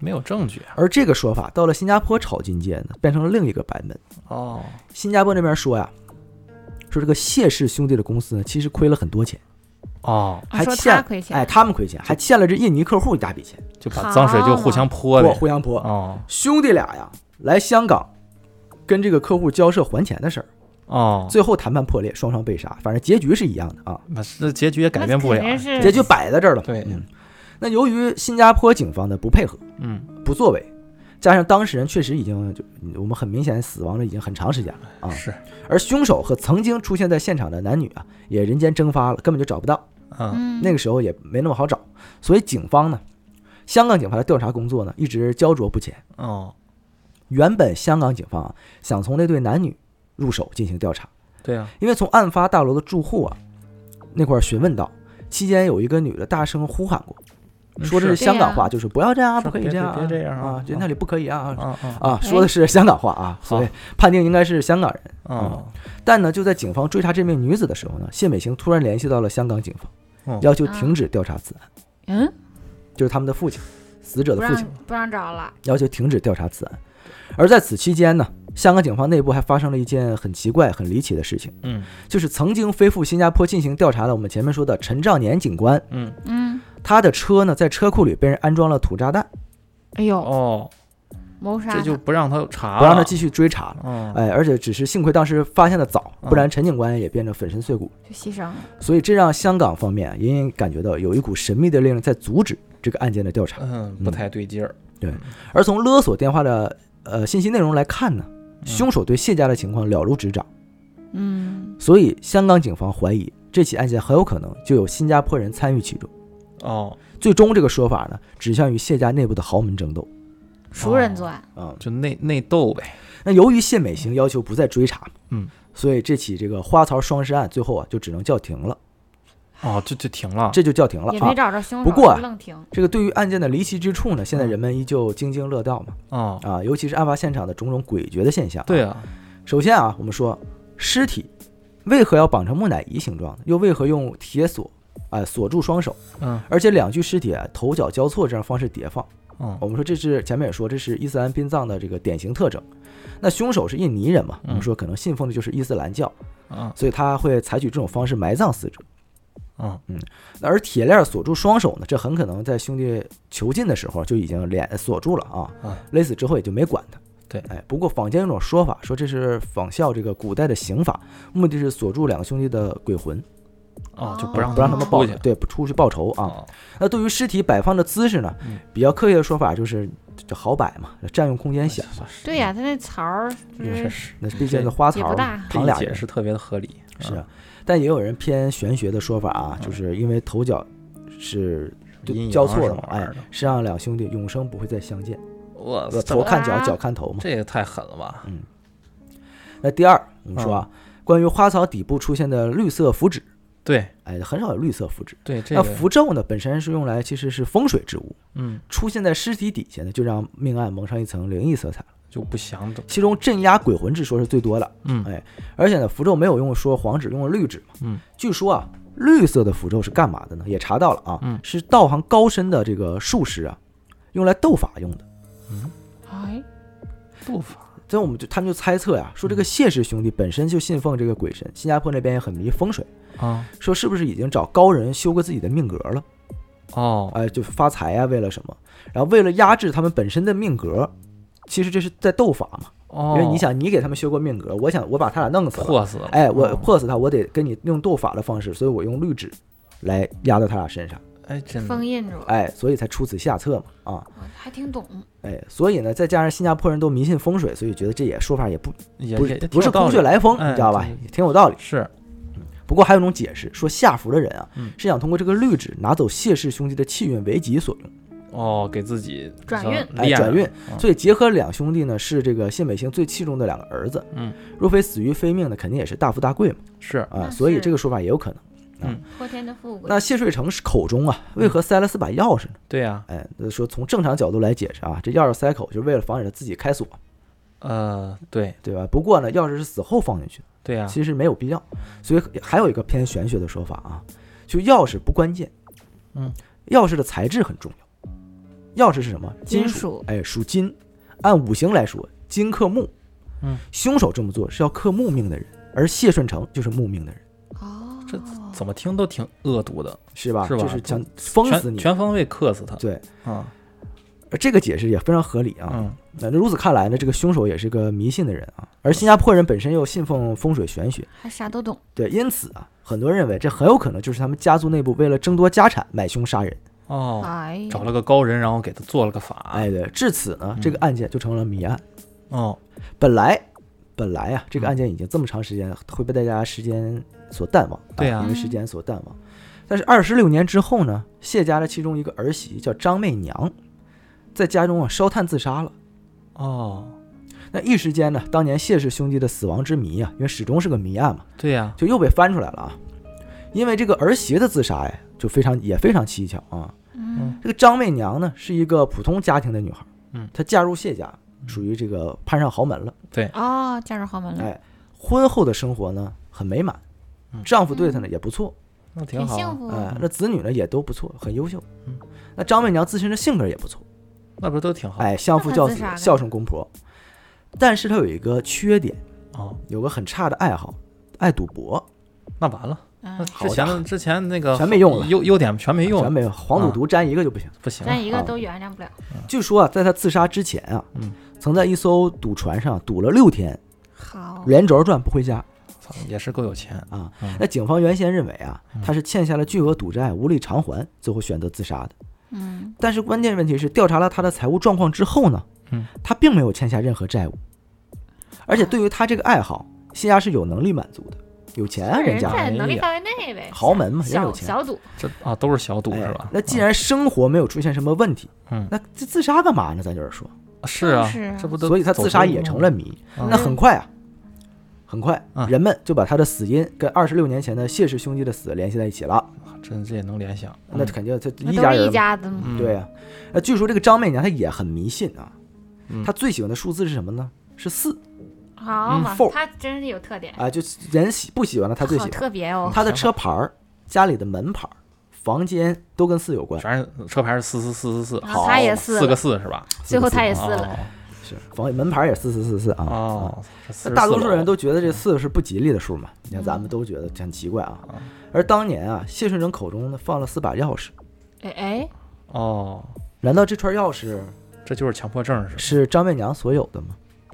Speaker 2: 没有证据啊。
Speaker 1: 而这个说法到了新加坡炒金界呢，变成了另一个版本。
Speaker 2: 哦，
Speaker 1: 新加坡那边说呀，说这个谢氏兄弟的公司呢，其实亏了很多钱，
Speaker 2: 哦，
Speaker 3: 啊
Speaker 1: 还
Speaker 3: 说
Speaker 1: 欠
Speaker 3: 他亏钱
Speaker 1: 哎，他们亏钱，还欠了这印尼客户一大笔钱，
Speaker 2: 就把脏水就互相泼
Speaker 1: 我
Speaker 2: 呗。
Speaker 1: 互相泼。
Speaker 2: 哦
Speaker 1: 兄弟俩呀，来香港跟这个客户交涉还钱的事儿，
Speaker 2: 哦，
Speaker 1: 最后谈判破裂，双双被杀，反正结局是一样的啊。
Speaker 2: 那这结局也改变不了
Speaker 3: 那肯。定是
Speaker 1: 结局摆在这儿了。
Speaker 2: 对
Speaker 1: 嗯，那由于新加坡警方的不配合、
Speaker 2: 嗯，
Speaker 1: 不作为，加上当事人确实已经就我们很明显死亡了，已经很长时间了啊。
Speaker 2: 是，
Speaker 1: 而凶手和曾经出现在现场的男女啊，也人间蒸发了，根本就找不到。
Speaker 2: 嗯
Speaker 3: 嗯
Speaker 1: 那个时候也没那么好找，所以警方呢，香港警方的调查工作呢，一直焦灼不前。
Speaker 2: 哦，
Speaker 1: 原本香港警方啊想从那对男女入手进行调查，
Speaker 2: 对啊，
Speaker 1: 因为从案发大楼的住户啊那块儿询问到，期间有一个女的大声呼喊过，
Speaker 2: 嗯
Speaker 1: 说的是
Speaker 2: 是
Speaker 1: 香港
Speaker 3: 对
Speaker 1: 话，
Speaker 3: 呀
Speaker 1: 就是不要这样啊，
Speaker 2: 是
Speaker 1: 不可以
Speaker 2: 别
Speaker 1: 这样啊，
Speaker 2: 别别这样啊
Speaker 1: 啊，就那里不可以啊
Speaker 2: 啊啊
Speaker 1: 啊，
Speaker 3: 哎
Speaker 1: 说的是香港话啊，所以判定应该是香港人。
Speaker 2: 啊
Speaker 1: 但呢，就在警方追查这名女子的时候呢，谢美行突然联系到了香港警
Speaker 2: 哦
Speaker 1: 方，要
Speaker 3: 啊
Speaker 1: 求停止调查此案，
Speaker 3: 嗯，
Speaker 1: 就是他们的父亲，死者
Speaker 3: 不
Speaker 1: 的
Speaker 3: 让
Speaker 1: 父亲
Speaker 3: 不让找了，
Speaker 1: 要求停止调查此案。而在此期间呢，香港警方内部还发生了一件很奇怪、很离奇的事情，
Speaker 2: 嗯
Speaker 1: 就是曾经飞赴新加坡进行调查的我们前面说的陈兆年警官，
Speaker 2: 嗯
Speaker 3: 嗯，
Speaker 1: 他的车呢在车库里被人安装了土炸弹，
Speaker 3: 哎呦，
Speaker 2: 哦，
Speaker 3: 谋杀
Speaker 2: 这就
Speaker 3: 他，
Speaker 2: 不让他查了，
Speaker 1: 不让他继续追查了。
Speaker 2: 哦
Speaker 1: 哎，而且只是幸亏当时发现的早，
Speaker 2: 嗯
Speaker 1: 不然陈警官也变得粉身碎骨。
Speaker 3: 就牺牲了，
Speaker 1: 所以这让香港方面啊隐隐感觉到有一股神秘的力量在阻止这个案件的调查。
Speaker 2: 嗯，不太对劲儿，嗯
Speaker 1: 而从勒索电话的呃信息内容来看呢，
Speaker 2: 嗯
Speaker 1: 凶手对谢家的情况了如指掌，
Speaker 3: 嗯，
Speaker 1: 所以香港警方怀疑这起案件很有可能就有新加坡人参与其中。
Speaker 2: 哦，
Speaker 1: 最终这个说法呢，指向于谢家内部的豪门争斗。
Speaker 3: 熟人作案，
Speaker 1: 啊、
Speaker 2: 就内内斗呗，
Speaker 1: 那由于谢美行要求不再追查，
Speaker 2: 嗯，
Speaker 1: 所以这起这个花槽双尸案最后啊就只能叫停了，
Speaker 2: 哦，就就停了，
Speaker 1: 这就叫停了
Speaker 3: 也没
Speaker 1: 啊。
Speaker 3: 找着凶手，
Speaker 1: 不过啊
Speaker 3: 愣停，
Speaker 1: 这个对于案件的离奇之处呢，现在人们依旧津津乐道嘛。
Speaker 2: 嗯哦，
Speaker 1: 啊，尤其是案发现场的种种诡谲的现象。
Speaker 2: 对，啊，
Speaker 1: 首先啊，我们说尸体为何要绑成木乃伊形状呢？又为何用铁锁啊、锁住双手？
Speaker 2: 嗯
Speaker 1: 而且两具尸体啊头脚交错这样方式叠放。
Speaker 2: 嗯
Speaker 1: 我们说这是前面也说，这是伊斯兰殡葬的这个典型特征。那凶手是印尼人嘛？我们
Speaker 2: 嗯
Speaker 1: 说可能信奉的就是伊斯兰教，
Speaker 2: 嗯
Speaker 1: 所以他会采取这种方式埋葬死者。
Speaker 2: 嗯，
Speaker 1: 那而铁链锁住双手呢，这很可能在兄弟囚禁的时候就已经连锁住了啊，
Speaker 2: 啊
Speaker 1: 勒死之后也就没管他。
Speaker 2: 对
Speaker 1: 哎，不过坊间有种说法，说这是仿效这个古代的刑法，目的是锁住两个兄弟的鬼魂，
Speaker 2: 哦，就
Speaker 3: 哦
Speaker 2: 不让
Speaker 1: 不让他们报
Speaker 2: 出去
Speaker 1: 对，不出去报仇啊。
Speaker 2: 啊，
Speaker 1: 那对于尸体摆放的姿势呢
Speaker 2: 嗯，
Speaker 1: 比较科学的说法就是这好摆嘛，占用空间小。
Speaker 3: 对呀，他那槽儿
Speaker 1: 嗯
Speaker 3: 就
Speaker 2: 也
Speaker 3: 是
Speaker 2: 哎是，
Speaker 1: 那毕竟是花
Speaker 3: 也
Speaker 1: 槽
Speaker 3: 不大，
Speaker 1: 躺俩
Speaker 2: 这一解
Speaker 1: 人
Speaker 2: 释特别的合理，
Speaker 1: 是
Speaker 2: 嗯
Speaker 1: 啊，但也有人偏玄学的说法啊，
Speaker 2: 嗯
Speaker 1: 就是因为头脚是对
Speaker 2: 阴阳啊
Speaker 1: 交错
Speaker 2: 什
Speaker 1: 了
Speaker 2: 么
Speaker 1: 嘛，
Speaker 2: 玩意
Speaker 1: 哎
Speaker 2: 儿的，
Speaker 1: 是让两兄弟永生不会再相见，
Speaker 2: 我
Speaker 1: 呃
Speaker 2: 操
Speaker 1: 头看脚，
Speaker 3: 啊
Speaker 1: 脚看头嘛。
Speaker 2: 这也太狠了吧，
Speaker 1: 那第二，我们说啊，
Speaker 2: 嗯
Speaker 1: 关于花草底部出现的绿色符纸，
Speaker 2: 对
Speaker 1: 哎，很少有绿色符纸。
Speaker 2: 对，这
Speaker 1: 那
Speaker 2: 个，
Speaker 1: 符咒呢，本身是用来其实是风水之物，
Speaker 2: 嗯，
Speaker 1: 出现在尸体底下呢，就让命案蒙上一层灵异色彩了。
Speaker 2: 就不祥的，
Speaker 1: 其中镇压鬼魂之说是最多的，
Speaker 2: 嗯
Speaker 1: 哎，而且呢，符咒没有用说黄纸，用了绿纸嘛。
Speaker 2: 嗯，
Speaker 1: 据说啊，绿色的符咒是干嘛的呢？也查到了啊，
Speaker 2: 嗯
Speaker 1: 是道行高深的这个术士啊，用来斗法用的。
Speaker 3: 哎，
Speaker 2: 斗法，
Speaker 1: 所以我们就他们就猜测呀、说这个谢氏兄弟本身就信奉这个鬼神，新加坡那边也很迷风水，
Speaker 2: 啊，
Speaker 1: 说是不是已经找高人修过自己的命格了？
Speaker 2: 哦，
Speaker 1: 哎，就发财啊，为了什么？然后为了压制他们本身的命格，其实这是在斗法嘛。
Speaker 2: 哦，
Speaker 1: 因为你想，你给他们修过命格，我想我把他俩弄死了，
Speaker 2: 破死了，
Speaker 1: 哎，我
Speaker 2: 哦
Speaker 1: 破死他，我得跟你用斗法的方式，所以我用绿纸来压到他俩身上，
Speaker 2: 哎，真的
Speaker 3: 封印住了，
Speaker 1: 哎，所以才出此下策嘛，啊，
Speaker 3: 我还挺懂，
Speaker 1: 哎，所以呢，再加上新加坡人都迷信风水，所以觉得这也说法也不
Speaker 2: 也
Speaker 1: 不
Speaker 2: 也
Speaker 1: 是
Speaker 2: 也挺
Speaker 1: 不是
Speaker 2: 有道
Speaker 1: 空
Speaker 2: 理
Speaker 1: 穴来风，
Speaker 2: 哎
Speaker 1: 你知道吧
Speaker 2: 对？
Speaker 1: 也挺有道理。
Speaker 2: 是，
Speaker 1: 不过还有一种解释，说下符的人啊
Speaker 2: 嗯，
Speaker 1: 是想通过这个绿纸拿走谢氏兄弟的气运为己所用，
Speaker 2: 哦，给自己
Speaker 3: 转
Speaker 2: 算
Speaker 3: 运
Speaker 1: 哎，
Speaker 2: 练
Speaker 1: 转
Speaker 2: 着
Speaker 1: 运。
Speaker 2: 嗯
Speaker 1: 所以结合两兄弟呢，是这个谢美兴最器重的两个儿子。
Speaker 2: 嗯，
Speaker 1: 若非死于非命呢，肯定也是大富大贵嘛，
Speaker 2: 是
Speaker 1: 啊，
Speaker 3: 那
Speaker 1: 所以
Speaker 3: 是
Speaker 1: 这个说法也有可能。
Speaker 3: 泼天的富贵，
Speaker 1: 那谢瑞成是口中啊，为何塞了四把钥匙呢？
Speaker 2: 对呀，
Speaker 1: 哎，那说从正常角度来解释啊，这钥匙塞口就是为了防止他自己开锁，
Speaker 2: 呃，对
Speaker 1: 对吧？不过呢，钥匙是死后放进去的，
Speaker 2: 对呀，
Speaker 1: 其实没有必要。所以还有一个偏玄学的说法啊，就钥匙不关键，
Speaker 2: 嗯，
Speaker 1: 钥匙的材质很重要。钥匙是什么？
Speaker 3: 金
Speaker 1: 属，
Speaker 3: 属，
Speaker 1: 哎，属金。按五行来说，金克木。
Speaker 2: 嗯，
Speaker 1: 凶手这么做是要克木命的人，而谢顺成就是木命的人，
Speaker 3: 哦，
Speaker 2: 这怎么听都挺恶毒的，
Speaker 1: 是吧？
Speaker 2: 是吧
Speaker 1: 就是想封死
Speaker 2: 全
Speaker 1: 你。啊
Speaker 2: 全方位克死他，
Speaker 1: 对，
Speaker 2: 嗯
Speaker 1: 而这个解释也非常合理啊。
Speaker 2: 嗯，
Speaker 1: 那如此看来呢，这个凶手也是个迷信的人啊，而新加坡人本身又信奉风水玄学，
Speaker 3: 还啥都懂，
Speaker 1: 对，因此啊，很多人认为这很有可能就是他们家族内部为了争夺家产买凶杀人。
Speaker 2: 哦，
Speaker 3: 哎呀，
Speaker 2: 找了个高人，然后给他做了个法，
Speaker 1: 哎，对，至此呢，
Speaker 2: 啊嗯
Speaker 1: 这个案件就成了谜案。
Speaker 2: 哦，
Speaker 1: 本来，本来啊，这
Speaker 2: 嗯
Speaker 1: 个案件已经这么长时间会被大家时间所淡忘，
Speaker 2: 对
Speaker 1: 啊，
Speaker 2: 啊
Speaker 1: 因为时间所淡忘。但是二十六年之后呢，谢家的其中一个儿媳叫张媚娘，在家中啊烧炭自杀了。
Speaker 2: 哦，
Speaker 1: 那一时间呢，当年谢氏兄弟的死亡之谜啊，因为始终是个谜案嘛，
Speaker 2: 对呀，
Speaker 1: 就又被翻出来了啊。因为这个儿媳的自杀呀，就非常也非常蹊跷啊。
Speaker 3: 嗯
Speaker 1: 这个张媚娘呢，是一个普通家庭的女孩，
Speaker 2: 嗯，
Speaker 1: 她嫁入谢家，属于这个攀上豪门了。
Speaker 3: 哦，嫁入豪门了，
Speaker 1: 嗯哎，婚后的生活呢很美满，
Speaker 2: 嗯
Speaker 1: 丈夫对她呢也不错，
Speaker 2: 那
Speaker 3: 挺
Speaker 2: 挺好
Speaker 3: 幸
Speaker 2: 啊，
Speaker 3: 福
Speaker 1: 哎、
Speaker 3: 啊，
Speaker 1: 那子女呢也都不错，很优秀
Speaker 2: 嗯。
Speaker 1: 那张媚娘自身的性格也不错，
Speaker 2: 那不是都挺好？
Speaker 1: 哎，相夫
Speaker 3: 那她
Speaker 1: 教
Speaker 3: 自
Speaker 1: 子
Speaker 3: 杀，的
Speaker 1: 孝顺公婆。但是她有一个缺点，
Speaker 2: 哦，
Speaker 1: 有个很差的爱好，爱赌博，
Speaker 2: 那完了，那
Speaker 3: 嗯，
Speaker 2: 之
Speaker 1: 好家
Speaker 2: 前
Speaker 1: 伙
Speaker 2: 的之前那个
Speaker 1: 全没用了
Speaker 2: 优优点全没用，
Speaker 1: 咱们黄
Speaker 2: 啊
Speaker 1: 赌毒沾一个就不行。
Speaker 2: 不行啊，
Speaker 3: 咱一个都原谅不了，
Speaker 1: 据说啊，在她自杀之前啊，
Speaker 2: 嗯
Speaker 1: 曾在一艘赌船上赌了六天，
Speaker 3: 好，
Speaker 1: 连轴转不回家。
Speaker 2: 操也是够有钱，
Speaker 1: 啊
Speaker 2: 嗯。
Speaker 1: 那警方原先认为啊
Speaker 2: 嗯，
Speaker 1: 他是欠下了巨额赌债，无力偿还，最后选择自杀的。
Speaker 3: 嗯，
Speaker 1: 但是关键问题是，调查了他的财务状况之后呢
Speaker 2: 嗯，
Speaker 1: 他并没有欠下任何债务，而且对于他这个爱好，谢家是有能力满足的，有钱啊，
Speaker 3: 人
Speaker 1: 家
Speaker 3: 在能
Speaker 2: 哎
Speaker 3: 力
Speaker 2: 呀
Speaker 3: 范围内呗，
Speaker 1: 豪门嘛，人家有
Speaker 3: 小
Speaker 1: 钱。
Speaker 3: 小赌，
Speaker 2: 这啊都是小赌
Speaker 1: 哎
Speaker 2: 是吧？
Speaker 1: 那既然生活没有出现什么问题，
Speaker 2: 嗯
Speaker 1: 那这自杀干嘛呢？咱就是说，
Speaker 2: 啊是啊
Speaker 3: 是啊，
Speaker 2: 这不都
Speaker 1: 所以他
Speaker 2: 走
Speaker 1: 自杀
Speaker 2: 出
Speaker 1: 也
Speaker 2: 路
Speaker 1: 成
Speaker 2: 吗
Speaker 1: 了谜。
Speaker 2: 嗯
Speaker 1: 那很快啊，很快，
Speaker 2: 嗯
Speaker 1: 人们就把他的死因跟二十六年前的谢氏兄弟的死联系在一起了。
Speaker 2: 真这也能联想，
Speaker 1: 那肯定他
Speaker 3: 那
Speaker 1: 一
Speaker 3: 都
Speaker 1: 家
Speaker 3: 是
Speaker 1: 人
Speaker 3: 一
Speaker 1: 嘛。
Speaker 3: 家子嘛，
Speaker 2: 嗯
Speaker 1: 对，呀、啊，那据说这个张媚娘她也很迷信啊，
Speaker 2: 嗯
Speaker 1: 她最喜欢的数字是什么呢？是四
Speaker 3: 好
Speaker 2: 嗯
Speaker 3: 嘛
Speaker 1: 缝儿，
Speaker 3: 他真是有特点，
Speaker 1: 啊，就是人喜不喜欢的她最
Speaker 3: 好
Speaker 1: 喜欢。嗯
Speaker 3: 特别哦，
Speaker 1: 她的车牌儿、家里的门牌儿、房间都跟四有关，
Speaker 2: 全是车牌是四四四四四，
Speaker 3: 然后啊他也
Speaker 2: 四
Speaker 3: 四
Speaker 2: 个
Speaker 3: 了
Speaker 2: 四是吧？
Speaker 3: 最后他也撕了，
Speaker 2: 哦
Speaker 1: 是房门牌儿也四四四四啊。
Speaker 2: 哦，这
Speaker 1: 那
Speaker 2: 44
Speaker 1: 大多数人
Speaker 2: 楼嗯
Speaker 1: 都觉得这四是不吉利的数嘛，你看咱们
Speaker 3: 嗯
Speaker 1: 都觉得很奇怪啊
Speaker 2: 啊。
Speaker 1: 而当年啊，谢顺成口中呢放了四把钥匙，
Speaker 3: 哎哎，
Speaker 2: 哦，
Speaker 1: 难道这串钥匙
Speaker 2: 这就是强迫症是吧？
Speaker 1: 是张媚娘所有的吗？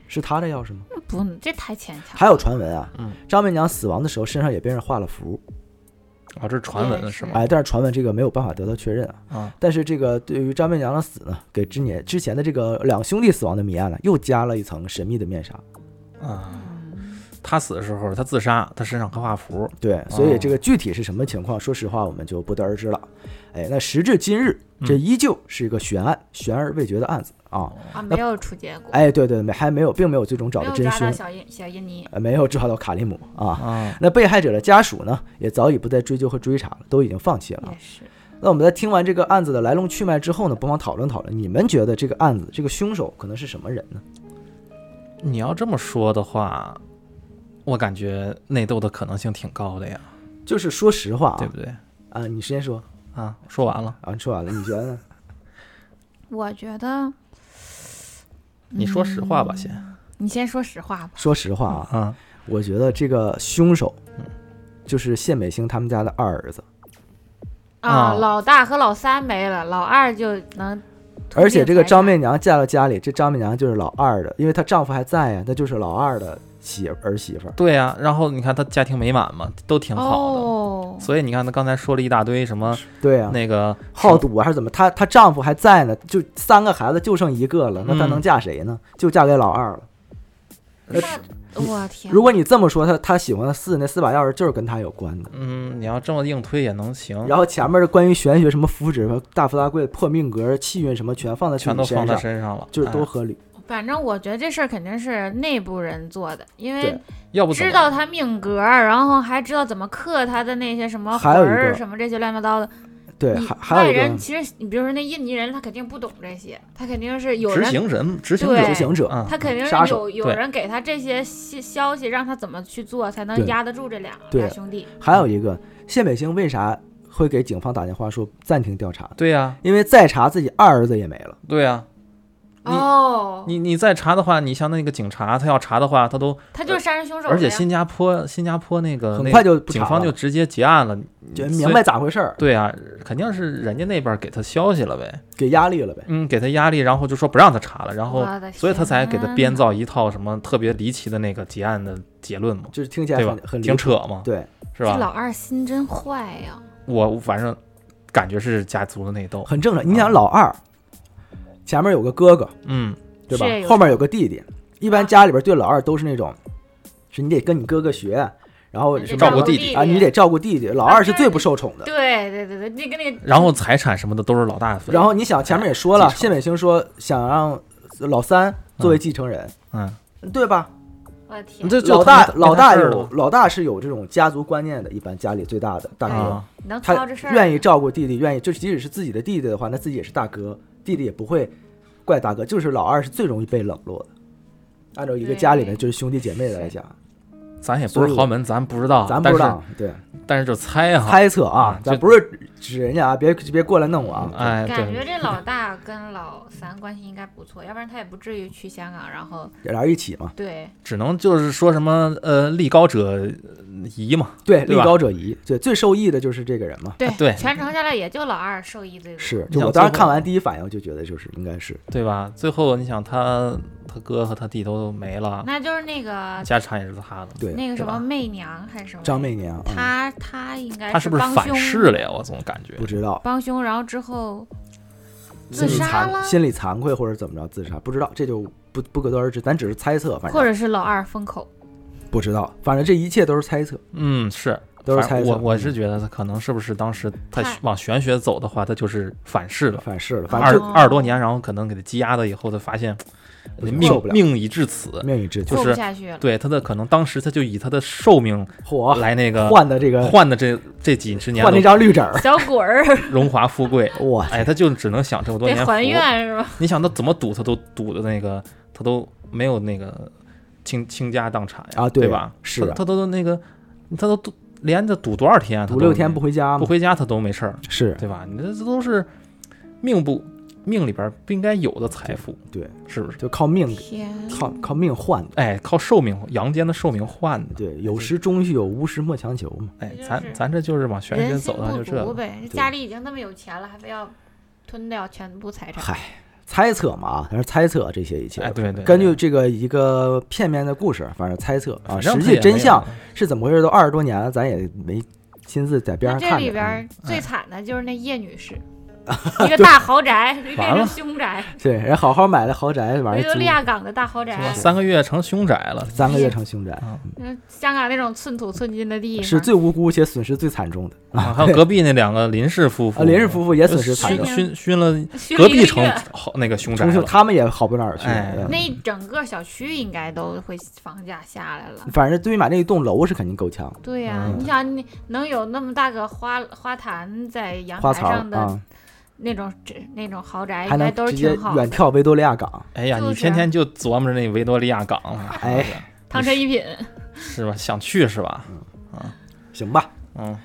Speaker 1: 是她的钥匙吗？
Speaker 3: 不，这太牵强，
Speaker 1: 还有传闻啊，
Speaker 2: 嗯
Speaker 1: 张媚娘死亡的时候身上也被人画了符，
Speaker 2: 哦，这是传闻
Speaker 3: 也
Speaker 2: 是吗？
Speaker 1: 哎，但是传闻这个没有办法得到确认啊。
Speaker 2: 啊，
Speaker 1: 但是这个对于张媚娘的死呢，给之年之前的这个两兄弟死亡的谜案呢，又加了一层神秘的面纱。
Speaker 2: 啊，
Speaker 3: 嗯
Speaker 2: 他死的时候他自杀，他身上刻画符，
Speaker 1: 对，所
Speaker 3: 哦
Speaker 1: 以这个具体是什么情况，说实话我们就不得而知了。哎，那时至今日，这
Speaker 2: 嗯
Speaker 1: 依旧是一个悬案，悬而未决的案子啊。
Speaker 3: 啊，没有出结果，
Speaker 1: 哎，对对，没还没有，并没有最终找
Speaker 3: 没
Speaker 1: 到
Speaker 3: 有
Speaker 1: 真
Speaker 3: 抓到
Speaker 1: 凶，
Speaker 3: 小哦印小印尼，
Speaker 1: 呃没有抓到卡利姆啊。
Speaker 2: 啊，
Speaker 1: 那被害者的家属呢，也早已不再追究和追查了，都已经放弃了啊。
Speaker 3: 也是，
Speaker 1: 那我们在听完这个案子的来龙去脉之后呢，不妨讨论讨论，你们觉得这个案子这个凶手可能是什么人呢？
Speaker 2: 你要这么说的话，我感觉内斗的可能性挺高的呀，
Speaker 1: 就是说实话啊
Speaker 2: 对，不对？
Speaker 1: 啊，你先说
Speaker 2: 啊，说完了，
Speaker 1: 啊，你说完了，你觉得呢？
Speaker 3: 我觉得
Speaker 2: 你说实话
Speaker 3: 嗯
Speaker 2: 吧，先
Speaker 3: 你先说实话吧，
Speaker 1: 说实话啊，
Speaker 2: 啊，
Speaker 1: 我觉得这个凶手就是谢美星他们家的二儿子，
Speaker 2: 啊
Speaker 3: 啊，老大和老三没了，老二就能，
Speaker 1: 而且这个张媚，娘嫁到家里，这张媚娘就是老二的，因为她丈夫还在呀，那就是老二的媳儿媳妇儿。
Speaker 2: 对呀、然后你看他家庭美满嘛，都挺好的。
Speaker 3: 哦，
Speaker 2: 所以你看，他刚才说了一大堆什么
Speaker 1: 对呀、
Speaker 2: 那个
Speaker 1: 好赌啊还是怎么？她她丈夫还在呢，就三个孩子就剩一个了，那她
Speaker 2: 嗯
Speaker 1: 能嫁谁呢？就嫁给老二了。
Speaker 3: 那我天，
Speaker 1: 如果你这么说，他他喜欢的四那四把钥匙就是跟他有关的。
Speaker 2: 嗯，你要这么硬推也能行，
Speaker 1: 然后前面的关于玄学什么符纸、大富大贵、破命格、气运什么，全放在
Speaker 2: 全
Speaker 1: 你
Speaker 2: 都
Speaker 1: 身
Speaker 2: 放在
Speaker 1: 上，
Speaker 2: 身上了，
Speaker 1: 就是都
Speaker 2: 哎
Speaker 1: 合理。
Speaker 3: 反正我觉得这事儿肯定是内部人做的，因为
Speaker 1: 对
Speaker 2: 要不怎啊么
Speaker 3: 知道他命格儿，然后还知道怎么克他的那些什么魂
Speaker 1: 还有一
Speaker 3: 儿
Speaker 1: 个
Speaker 3: 什么这些乱七八糟的。
Speaker 1: 对，
Speaker 3: 你
Speaker 1: 还还
Speaker 3: 外
Speaker 1: 有一个
Speaker 3: 人其实你比如说那印尼人，他肯定不懂这些，他肯定是有
Speaker 2: 执
Speaker 3: 人，
Speaker 2: 行人执行
Speaker 3: 对
Speaker 2: 者
Speaker 1: 执行者，
Speaker 2: 啊，
Speaker 3: 他肯定是
Speaker 1: 杀手
Speaker 3: 有有
Speaker 2: 对
Speaker 3: 人给他这些消消息，让他怎么去做才
Speaker 1: 对
Speaker 3: 能压得住这俩
Speaker 1: 对
Speaker 3: 大兄弟。
Speaker 1: 还有一个谢美星为啥会给警方打电话说暂停调查？
Speaker 2: 对呀、
Speaker 1: 因为再查自己二儿子也没了。
Speaker 2: 对呀、你
Speaker 3: 哦，
Speaker 2: 你你再查的话，你像那个警察，他要查的话，他都
Speaker 3: 他就是杀人凶手了呀，
Speaker 2: 而且新加坡新加坡那个
Speaker 1: 很
Speaker 2: 呃那
Speaker 1: 快就不
Speaker 2: 警
Speaker 1: 查
Speaker 2: 方
Speaker 1: 了
Speaker 2: 就直接结案了，
Speaker 1: 就
Speaker 2: 所以
Speaker 1: 明白咋回事儿，
Speaker 2: 对啊，肯定是人家那边给他消息了呗，
Speaker 1: 给压力了呗。
Speaker 2: 嗯，给他压力，然后就说不让他查了，然后
Speaker 3: 我的
Speaker 2: 所以他才给他
Speaker 3: 天
Speaker 2: 编
Speaker 3: 呐
Speaker 2: 造一套什么特别离奇的那个结案的结论嘛，
Speaker 1: 就是听起来
Speaker 2: 对
Speaker 1: 很
Speaker 2: 吧？
Speaker 1: 很离
Speaker 2: 挺
Speaker 1: 谱
Speaker 2: 扯嘛，
Speaker 1: 嗯对，
Speaker 2: 是
Speaker 3: 这
Speaker 2: 吧？
Speaker 3: 老二心真坏呀！
Speaker 2: 我反正感觉是家族的内斗，
Speaker 1: 很正常。你想老二前面有个哥哥，
Speaker 2: 嗯，
Speaker 1: 对吧
Speaker 3: 是？有
Speaker 1: 后面有个弟弟，一般家里边对老二都是那种，是你得跟你哥哥学，然后
Speaker 3: 你
Speaker 1: 什
Speaker 3: 得
Speaker 1: 么
Speaker 2: 照顾弟
Speaker 3: 弟
Speaker 1: 啊，你得照顾弟弟，老二是最不受宠的。
Speaker 3: 对对对对，那个那个
Speaker 2: 然后财产什么的都是老大的份。
Speaker 1: 然后你想，前面也说了，
Speaker 2: 继承
Speaker 1: 谢美清说想让老三作为继承人，
Speaker 2: 嗯，
Speaker 1: 对吧？
Speaker 3: 我的天
Speaker 2: 你，这
Speaker 1: 老大老大有
Speaker 2: 有
Speaker 1: 老大是有这种家族观念的，一般家里最大的大
Speaker 3: 哎
Speaker 1: 哥，
Speaker 2: 啊，
Speaker 3: 你能操
Speaker 1: 他
Speaker 3: 这事儿？
Speaker 1: 愿意照顾弟弟，愿意就是即使是自己的弟弟的话，那自己也是大哥，弟弟也不会怪大哥。就是老二是最容易被冷落的，按照一个家里面
Speaker 3: 对
Speaker 1: 就是兄弟姐妹的来讲，
Speaker 2: 咱也不是豪门，咱不知道，
Speaker 1: 咱不知道，对，
Speaker 2: 啊但是，但是就猜啊，
Speaker 1: 猜测啊
Speaker 2: 啊，
Speaker 1: 咱
Speaker 2: 就
Speaker 1: 不是指人家啊，别别过来弄我啊。
Speaker 2: 哎，
Speaker 3: 感觉
Speaker 2: 对，
Speaker 3: 这老大跟老三关系应该不错，要不然他也不至于去香港，然后
Speaker 1: 俩人一起嘛，
Speaker 3: 对
Speaker 2: 只能就是说什么呃，立高者疑嘛，
Speaker 1: 对，立
Speaker 2: 对吧
Speaker 1: 高者宜，对，最受益的就是这个人嘛。
Speaker 3: 对
Speaker 2: 对
Speaker 3: 全程下来也就老二受益最多。
Speaker 1: 是，
Speaker 2: 你
Speaker 1: 就
Speaker 2: 想
Speaker 1: 我当时
Speaker 2: 最后
Speaker 1: 看完第一反应就觉得就是应该是，
Speaker 2: 对吧？最后你想他他哥和他弟都没了，
Speaker 3: 那就是那个
Speaker 2: 家产也是他的，
Speaker 1: 对，
Speaker 3: 那个什
Speaker 2: 啊对吧
Speaker 3: 么媚娘还是什么
Speaker 1: 张媚娘，嗯
Speaker 3: 他他应该
Speaker 2: 他是不是
Speaker 3: 帮
Speaker 2: 反
Speaker 3: 凶
Speaker 2: 噬了呀？我总感觉
Speaker 1: 不知道
Speaker 3: 帮凶，然后之后自
Speaker 1: 心里
Speaker 3: 杀
Speaker 1: 惭
Speaker 3: 了，
Speaker 1: 心里惭愧或者怎么着自杀，不知道，这就不不可得而知，咱只是猜测，反
Speaker 3: 或
Speaker 1: 正
Speaker 3: 者是老二封口。
Speaker 1: 不知道，反正这一切都是猜测，
Speaker 2: 嗯，是
Speaker 1: 都是
Speaker 2: 反
Speaker 1: 猜测嗯
Speaker 2: 我我是觉得他可能是不是当时他
Speaker 3: 太
Speaker 2: 往玄学走的话，他就是反噬了。
Speaker 1: 反噬了，反
Speaker 2: 二
Speaker 1: 正
Speaker 3: 哦
Speaker 2: 二十多年，然后可能给他积压了以后，他发现
Speaker 1: 不行
Speaker 2: 命
Speaker 1: 受不了
Speaker 2: 命已至此
Speaker 1: 就，命已至就
Speaker 2: 就
Speaker 3: 过
Speaker 2: 是
Speaker 3: 不下去了。
Speaker 2: 对他的可能当时他就以他的寿命
Speaker 1: 火
Speaker 2: 来那个
Speaker 1: 换的这个
Speaker 2: 换的这这几十年
Speaker 1: 换那
Speaker 2: 的
Speaker 1: 张绿纸儿，
Speaker 3: 小鬼儿
Speaker 2: 荣华富贵，
Speaker 1: 哇，
Speaker 2: 哎，他就只能想这么多
Speaker 3: 得
Speaker 2: 年
Speaker 3: 还
Speaker 2: 福
Speaker 3: 愿是吧？
Speaker 2: 你想他怎么赌，他都赌的那个，他都没有那个倾倾家荡产呀，
Speaker 1: 啊对
Speaker 2: 对吧？
Speaker 1: 是
Speaker 2: 他
Speaker 1: 啊
Speaker 2: 他都那个，他都赌连着赌多少天啊，他
Speaker 1: 五
Speaker 2: 都
Speaker 1: 六天不回家
Speaker 2: 不
Speaker 1: 嘛，
Speaker 2: 回家，他都没事儿，
Speaker 1: 是
Speaker 2: 对吧？你这这都是命不命里边不应该有的财富，
Speaker 1: 对，
Speaker 2: 是不是？
Speaker 1: 就靠命
Speaker 3: 天，
Speaker 1: 靠靠命换的，
Speaker 2: 哎，靠寿命，阳间的寿命换的。
Speaker 1: 对，有时终须有，无时莫强求嘛，
Speaker 2: 哎
Speaker 3: 这就，
Speaker 2: 咱
Speaker 3: 是
Speaker 2: 咱这就是往玄学
Speaker 3: 人心
Speaker 2: 走的，
Speaker 3: 不
Speaker 2: 就这
Speaker 3: 足
Speaker 2: 个。
Speaker 3: 呗。这家里已经那么有钱了，还非要吞掉全部财产，
Speaker 1: 嗨，猜测嘛啊，但是猜测这些一切
Speaker 2: 哎，对对，
Speaker 1: 根据这个一个片面的故事，反正猜测啊，
Speaker 2: 反正
Speaker 1: 实
Speaker 2: 他也
Speaker 1: 际真
Speaker 2: 没
Speaker 1: 相
Speaker 2: 有
Speaker 1: 是怎么回事都二十多年了，咱也没亲自在边
Speaker 3: 那
Speaker 1: 上
Speaker 3: 这
Speaker 1: 看
Speaker 3: 里
Speaker 1: 着。
Speaker 3: 边儿
Speaker 1: 嗯
Speaker 3: 最惨的就是那叶 女士，一个大豪宅变
Speaker 2: 完了
Speaker 3: 成凶宅，
Speaker 1: 对，人好好买了豪宅，完
Speaker 3: 维
Speaker 1: 了
Speaker 3: 多
Speaker 1: 租
Speaker 3: 利亚港的大豪宅，
Speaker 2: 三个月成凶宅了，
Speaker 1: 三个月成凶宅，
Speaker 3: 嗯，香港那种寸土寸金的地
Speaker 1: 是
Speaker 3: 方，
Speaker 1: 最无辜且损失最惨重的
Speaker 2: 啊还有隔壁那两个林氏夫妇，
Speaker 1: 啊！林氏夫妇也损失惨
Speaker 2: 熏
Speaker 1: 重，
Speaker 2: 熏熏了
Speaker 3: 熏
Speaker 2: 隔
Speaker 3: 了一
Speaker 2: 壁
Speaker 3: 个
Speaker 2: 城
Speaker 3: 月
Speaker 2: 好那个凶宅
Speaker 1: 重庆
Speaker 2: 了，
Speaker 1: 他们也好不到哪儿去。
Speaker 2: 哎
Speaker 1: 嗯
Speaker 3: 那一整个小区应该都会房价下来了。
Speaker 1: 反正对于买那一栋楼是肯定够呛，
Speaker 3: 对呀、
Speaker 2: 嗯
Speaker 3: 你想，你能有那么大个花花坛在阳
Speaker 1: 花
Speaker 3: 台
Speaker 1: 槽
Speaker 3: 上的
Speaker 1: 啊，
Speaker 3: 那种、这那种豪
Speaker 1: 还
Speaker 3: 宅，应该
Speaker 1: 能
Speaker 3: 都是
Speaker 1: 直接
Speaker 3: 挺好
Speaker 1: 远
Speaker 3: 的。
Speaker 1: 眺维多利亚港。
Speaker 2: 哎呀，
Speaker 3: 就是
Speaker 2: 你天天就琢磨着那维多利亚港了，
Speaker 1: 哎
Speaker 3: 汤臣一品，
Speaker 2: 是吧？想去是吧？
Speaker 1: 行吧，
Speaker 2: 嗯，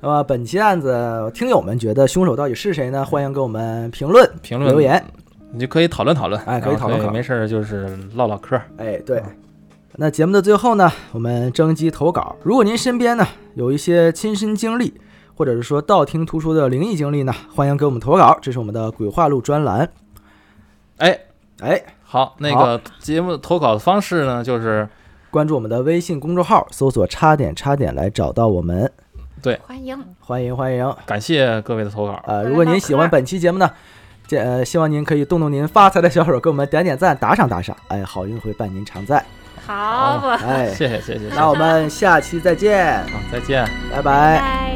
Speaker 1: 那么本期案子，听友们觉得凶手到底是谁呢？欢迎给我们评论、
Speaker 2: 评论嗯
Speaker 1: 留言。
Speaker 2: 你就可以讨论讨论，
Speaker 1: 哎可以
Speaker 2: 然后
Speaker 1: 讨论讨论
Speaker 2: 没事儿就是唠唠嗑儿，
Speaker 1: 哎，对
Speaker 2: 啊。
Speaker 1: 那节目的最后呢，我们征集投稿。如果您身边呢有一些亲身经历，或者是说道听途说的灵异经历呢，欢迎给我们投稿。这是我们的鬼话录专栏。
Speaker 2: 哎。
Speaker 1: 哎，
Speaker 2: 好，那个节目投稿的方式呢，就是
Speaker 1: 关注我们的微信公众号，搜索“叉点叉点”来找到我们。
Speaker 3: 欢迎
Speaker 1: 欢迎欢迎。
Speaker 2: 感谢各位的投稿，
Speaker 1: 呃，如果您喜欢本期节目呢，这呃希望您可以动动您发财的小手，给我们点点赞、打赏打赏。哎，好运会伴您常在。
Speaker 3: 好吧，
Speaker 1: 哎，
Speaker 2: 谢谢谢谢谢谢，
Speaker 1: 那我们下期再见，
Speaker 2: 好，再见。
Speaker 1: 拜
Speaker 3: 拜
Speaker 1: 拜。
Speaker 3: 拜。